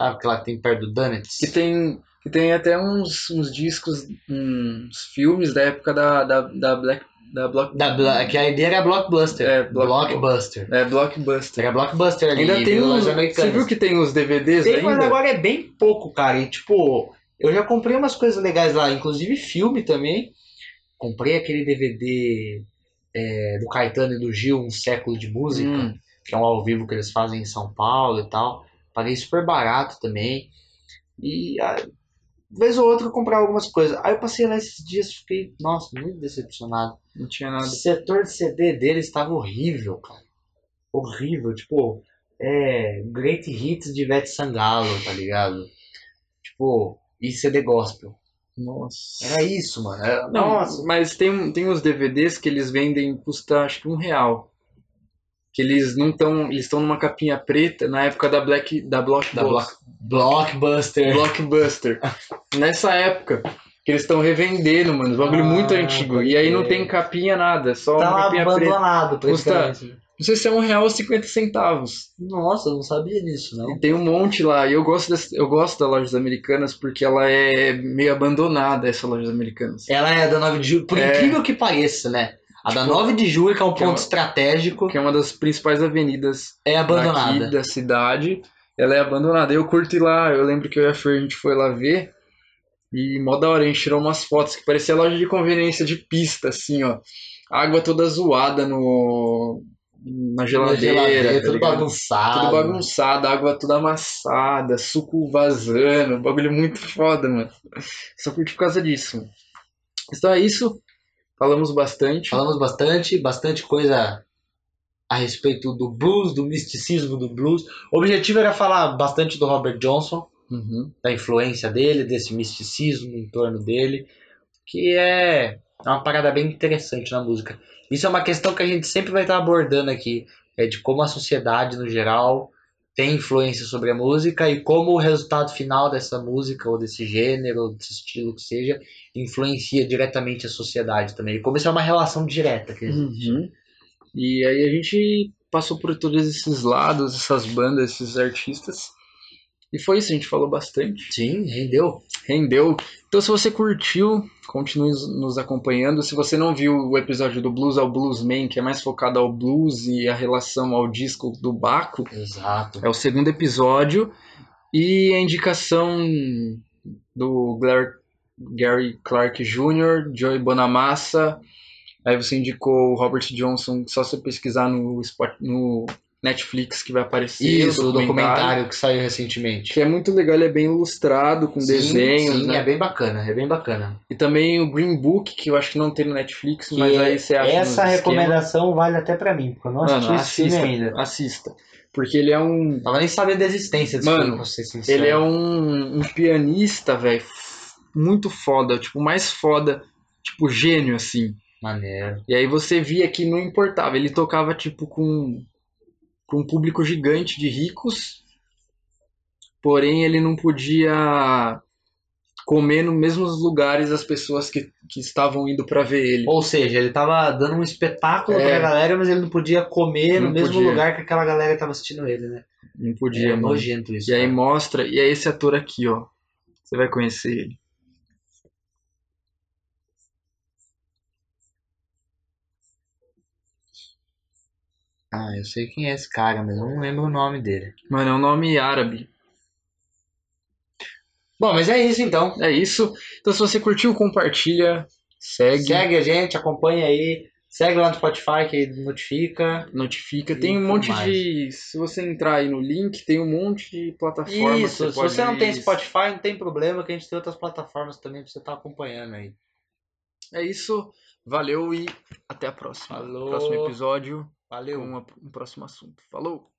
[SPEAKER 2] Sabe aquela que tem perto do Donuts?
[SPEAKER 1] Que tem, que tem até uns, uns discos, uns filmes da época da, da, da Black. Da Block,
[SPEAKER 2] Da, Bla- que a ideia era Blockbuster.
[SPEAKER 1] É, Block-
[SPEAKER 2] Blockbuster.
[SPEAKER 1] É, Blockbuster.
[SPEAKER 2] Era Blockbuster ali,
[SPEAKER 1] Ainda tem
[SPEAKER 2] viu,
[SPEAKER 1] uns.
[SPEAKER 2] nas
[SPEAKER 1] Você
[SPEAKER 2] americanas.
[SPEAKER 1] viu que tem os DVDs
[SPEAKER 2] Tem, mas
[SPEAKER 1] ainda?
[SPEAKER 2] agora é bem pouco, cara. E, tipo, eu já comprei umas coisas legais lá, inclusive filme também. Comprei aquele DVD é, do Caetano e do Gil, Um Século de Música,
[SPEAKER 1] Hum,
[SPEAKER 2] que é um ao vivo que eles fazem em São Paulo e tal. Paguei super barato também. E ah, vez ou outra eu comprei algumas coisas. Aí eu passei lá esses dias e fiquei, nossa, muito decepcionado.
[SPEAKER 1] não tinha
[SPEAKER 2] O
[SPEAKER 1] nada.
[SPEAKER 2] setor de CD deles estava horrível, cara. Horrível, tipo, é. Great Hits de Ivete Sangalo, tá ligado? Tipo, e CD Gospel.
[SPEAKER 1] Nossa.
[SPEAKER 2] Era isso, mano. Era-
[SPEAKER 1] Não,
[SPEAKER 2] Nossa.
[SPEAKER 1] mas tem, tem uns DVDs que eles vendem, custa acho que um real. Que eles não estão. Eles estão numa capinha preta na época da Black. Da Block.
[SPEAKER 2] Da Block- Blockbuster.
[SPEAKER 1] Blockbuster. Nessa época. Que eles estão revendendo, mano. Um bagulho
[SPEAKER 2] Ah,
[SPEAKER 1] muito antigo. E aí não
[SPEAKER 2] porque-
[SPEAKER 1] tem capinha nada, só uma
[SPEAKER 2] Tá
[SPEAKER 1] capinha preta.
[SPEAKER 2] abandonado,
[SPEAKER 1] Custa-
[SPEAKER 2] praticamente.
[SPEAKER 1] Não sei se é um real ou cinquenta centavos.
[SPEAKER 2] Nossa, eu não sabia disso, não.
[SPEAKER 1] E tem um monte lá. E eu gosto, das, eu gosto das lojas americanas porque ela é meio abandonada, essa lojas americanas.
[SPEAKER 2] Ela é da 9 de julho, por
[SPEAKER 1] É.
[SPEAKER 2] incrível que pareça, né? A da
[SPEAKER 1] Tipo,
[SPEAKER 2] 9 de julho, que é um
[SPEAKER 1] que é
[SPEAKER 2] ponto
[SPEAKER 1] uma-
[SPEAKER 2] estratégico,
[SPEAKER 1] Que é uma das principais avenidas
[SPEAKER 2] é abandonada.
[SPEAKER 1] daqui da cidade. Ela é abandonada. Eu curto ir lá, eu lembro que eu e a Fer, a gente foi lá ver. E mó da hora, a gente tirou umas fotos que parecia loja de conveniência de pista, assim, ó. Água toda zoada no. Na geladeira.
[SPEAKER 2] Na
[SPEAKER 1] tá
[SPEAKER 2] tudo
[SPEAKER 1] ligado?
[SPEAKER 2] bagunçado.
[SPEAKER 1] Tudo bagunçado, água toda amassada, suco vazando, um bagulho muito foda, mano. Só curti por causa disso. Então é isso. Falamos bastante.
[SPEAKER 2] Falamos bastante, bastante coisa a respeito do blues, do misticismo do blues. O objetivo era falar bastante do Robert Johnson,
[SPEAKER 1] Uhum.
[SPEAKER 2] da influência dele, desse misticismo em torno dele, que é uma parada bem interessante na música. Isso é uma questão que a gente sempre vai estar abordando aqui, é de como a sociedade no geral tem influência sobre a música e como o resultado final dessa música ou desse gênero, ou desse estilo que seja, influencia diretamente a sociedade também. E como isso é uma relação direta que existe.
[SPEAKER 1] Uhum. E aí a gente passou por todos esses lados, essas bandas, esses artistas. E foi isso, a gente falou bastante.
[SPEAKER 2] Sim, rendeu.
[SPEAKER 1] Rendeu. Então se você curtiu, continue nos acompanhando. Se você não viu o episódio do Blues ao Bluesman, que é mais focado ao blues e a relação ao disco do Baco,
[SPEAKER 2] Exato.
[SPEAKER 1] É o segundo episódio e a indicação do Glar- Gary Clark Jr., Joey Bonamassa. Aí você indicou o Robert Johnson, só você pesquisar no, Spot- no Netflix que vai aparecer.
[SPEAKER 2] Isso, o documentário que saiu recentemente.
[SPEAKER 1] Que é muito legal, ele é bem ilustrado, com
[SPEAKER 2] Sim,
[SPEAKER 1] desenhos,
[SPEAKER 2] sim,
[SPEAKER 1] né?
[SPEAKER 2] é bem bacana, é bem bacana.
[SPEAKER 1] E também o Green Book, que eu acho que não tem no Netflix, mas
[SPEAKER 2] Que
[SPEAKER 1] aí você acha nos
[SPEAKER 2] Essa
[SPEAKER 1] esquemas.
[SPEAKER 2] recomendação vale até pra mim, porque eu não assisti
[SPEAKER 1] Mano,
[SPEAKER 2] esse filme
[SPEAKER 1] assista,
[SPEAKER 2] ainda.
[SPEAKER 1] assista. Porque ele é um.
[SPEAKER 2] Tava nem sabendo da existência desse
[SPEAKER 1] Mano,
[SPEAKER 2] filme, pra ser sincero.
[SPEAKER 1] Ele é um, um pianista, velho, muito foda, tipo, mais foda, tipo, gênio, assim.
[SPEAKER 2] Maneiro.
[SPEAKER 1] E aí você via que não importava, ele tocava, tipo, com, com um público gigante de ricos, porém ele não podia comer nos mesmos lugares as pessoas que, que estavam indo pra ver ele.
[SPEAKER 2] Ou seja, ele tava dando um espetáculo
[SPEAKER 1] É.
[SPEAKER 2] pra galera, mas ele não podia comer no
[SPEAKER 1] Não
[SPEAKER 2] mesmo
[SPEAKER 1] podia.
[SPEAKER 2] lugar que aquela galera que tava assistindo ele, né?
[SPEAKER 1] Não
[SPEAKER 2] É
[SPEAKER 1] podia, mano.
[SPEAKER 2] nojento isso.
[SPEAKER 1] E aí
[SPEAKER 2] cara.
[SPEAKER 1] mostra, e é esse ator aqui, ó. Você vai conhecer ele.
[SPEAKER 2] Ah, eu sei quem é esse cara, mas eu não lembro o nome dele.
[SPEAKER 1] Mano, é um nome árabe.
[SPEAKER 2] Bom, mas é isso então.
[SPEAKER 1] É isso. Então se você curtiu, compartilha, segue,
[SPEAKER 2] Segue a gente, acompanha aí. Segue lá no Spotify que notifica.
[SPEAKER 1] notifica.
[SPEAKER 2] E
[SPEAKER 1] Tem um
[SPEAKER 2] tudo
[SPEAKER 1] monte de. Se você entrar aí no link, tem um monte de plataforma. que
[SPEAKER 2] Isso, se
[SPEAKER 1] pode
[SPEAKER 2] você não
[SPEAKER 1] ir.
[SPEAKER 2] tem Spotify, não tem problema, que a gente tem outras plataformas também pra você estar acompanhando aí.
[SPEAKER 1] É isso. Valeu e até a próxima.
[SPEAKER 2] Falou.
[SPEAKER 1] Próximo episódio.
[SPEAKER 2] Valeu!
[SPEAKER 1] Um, um próximo assunto. Falou!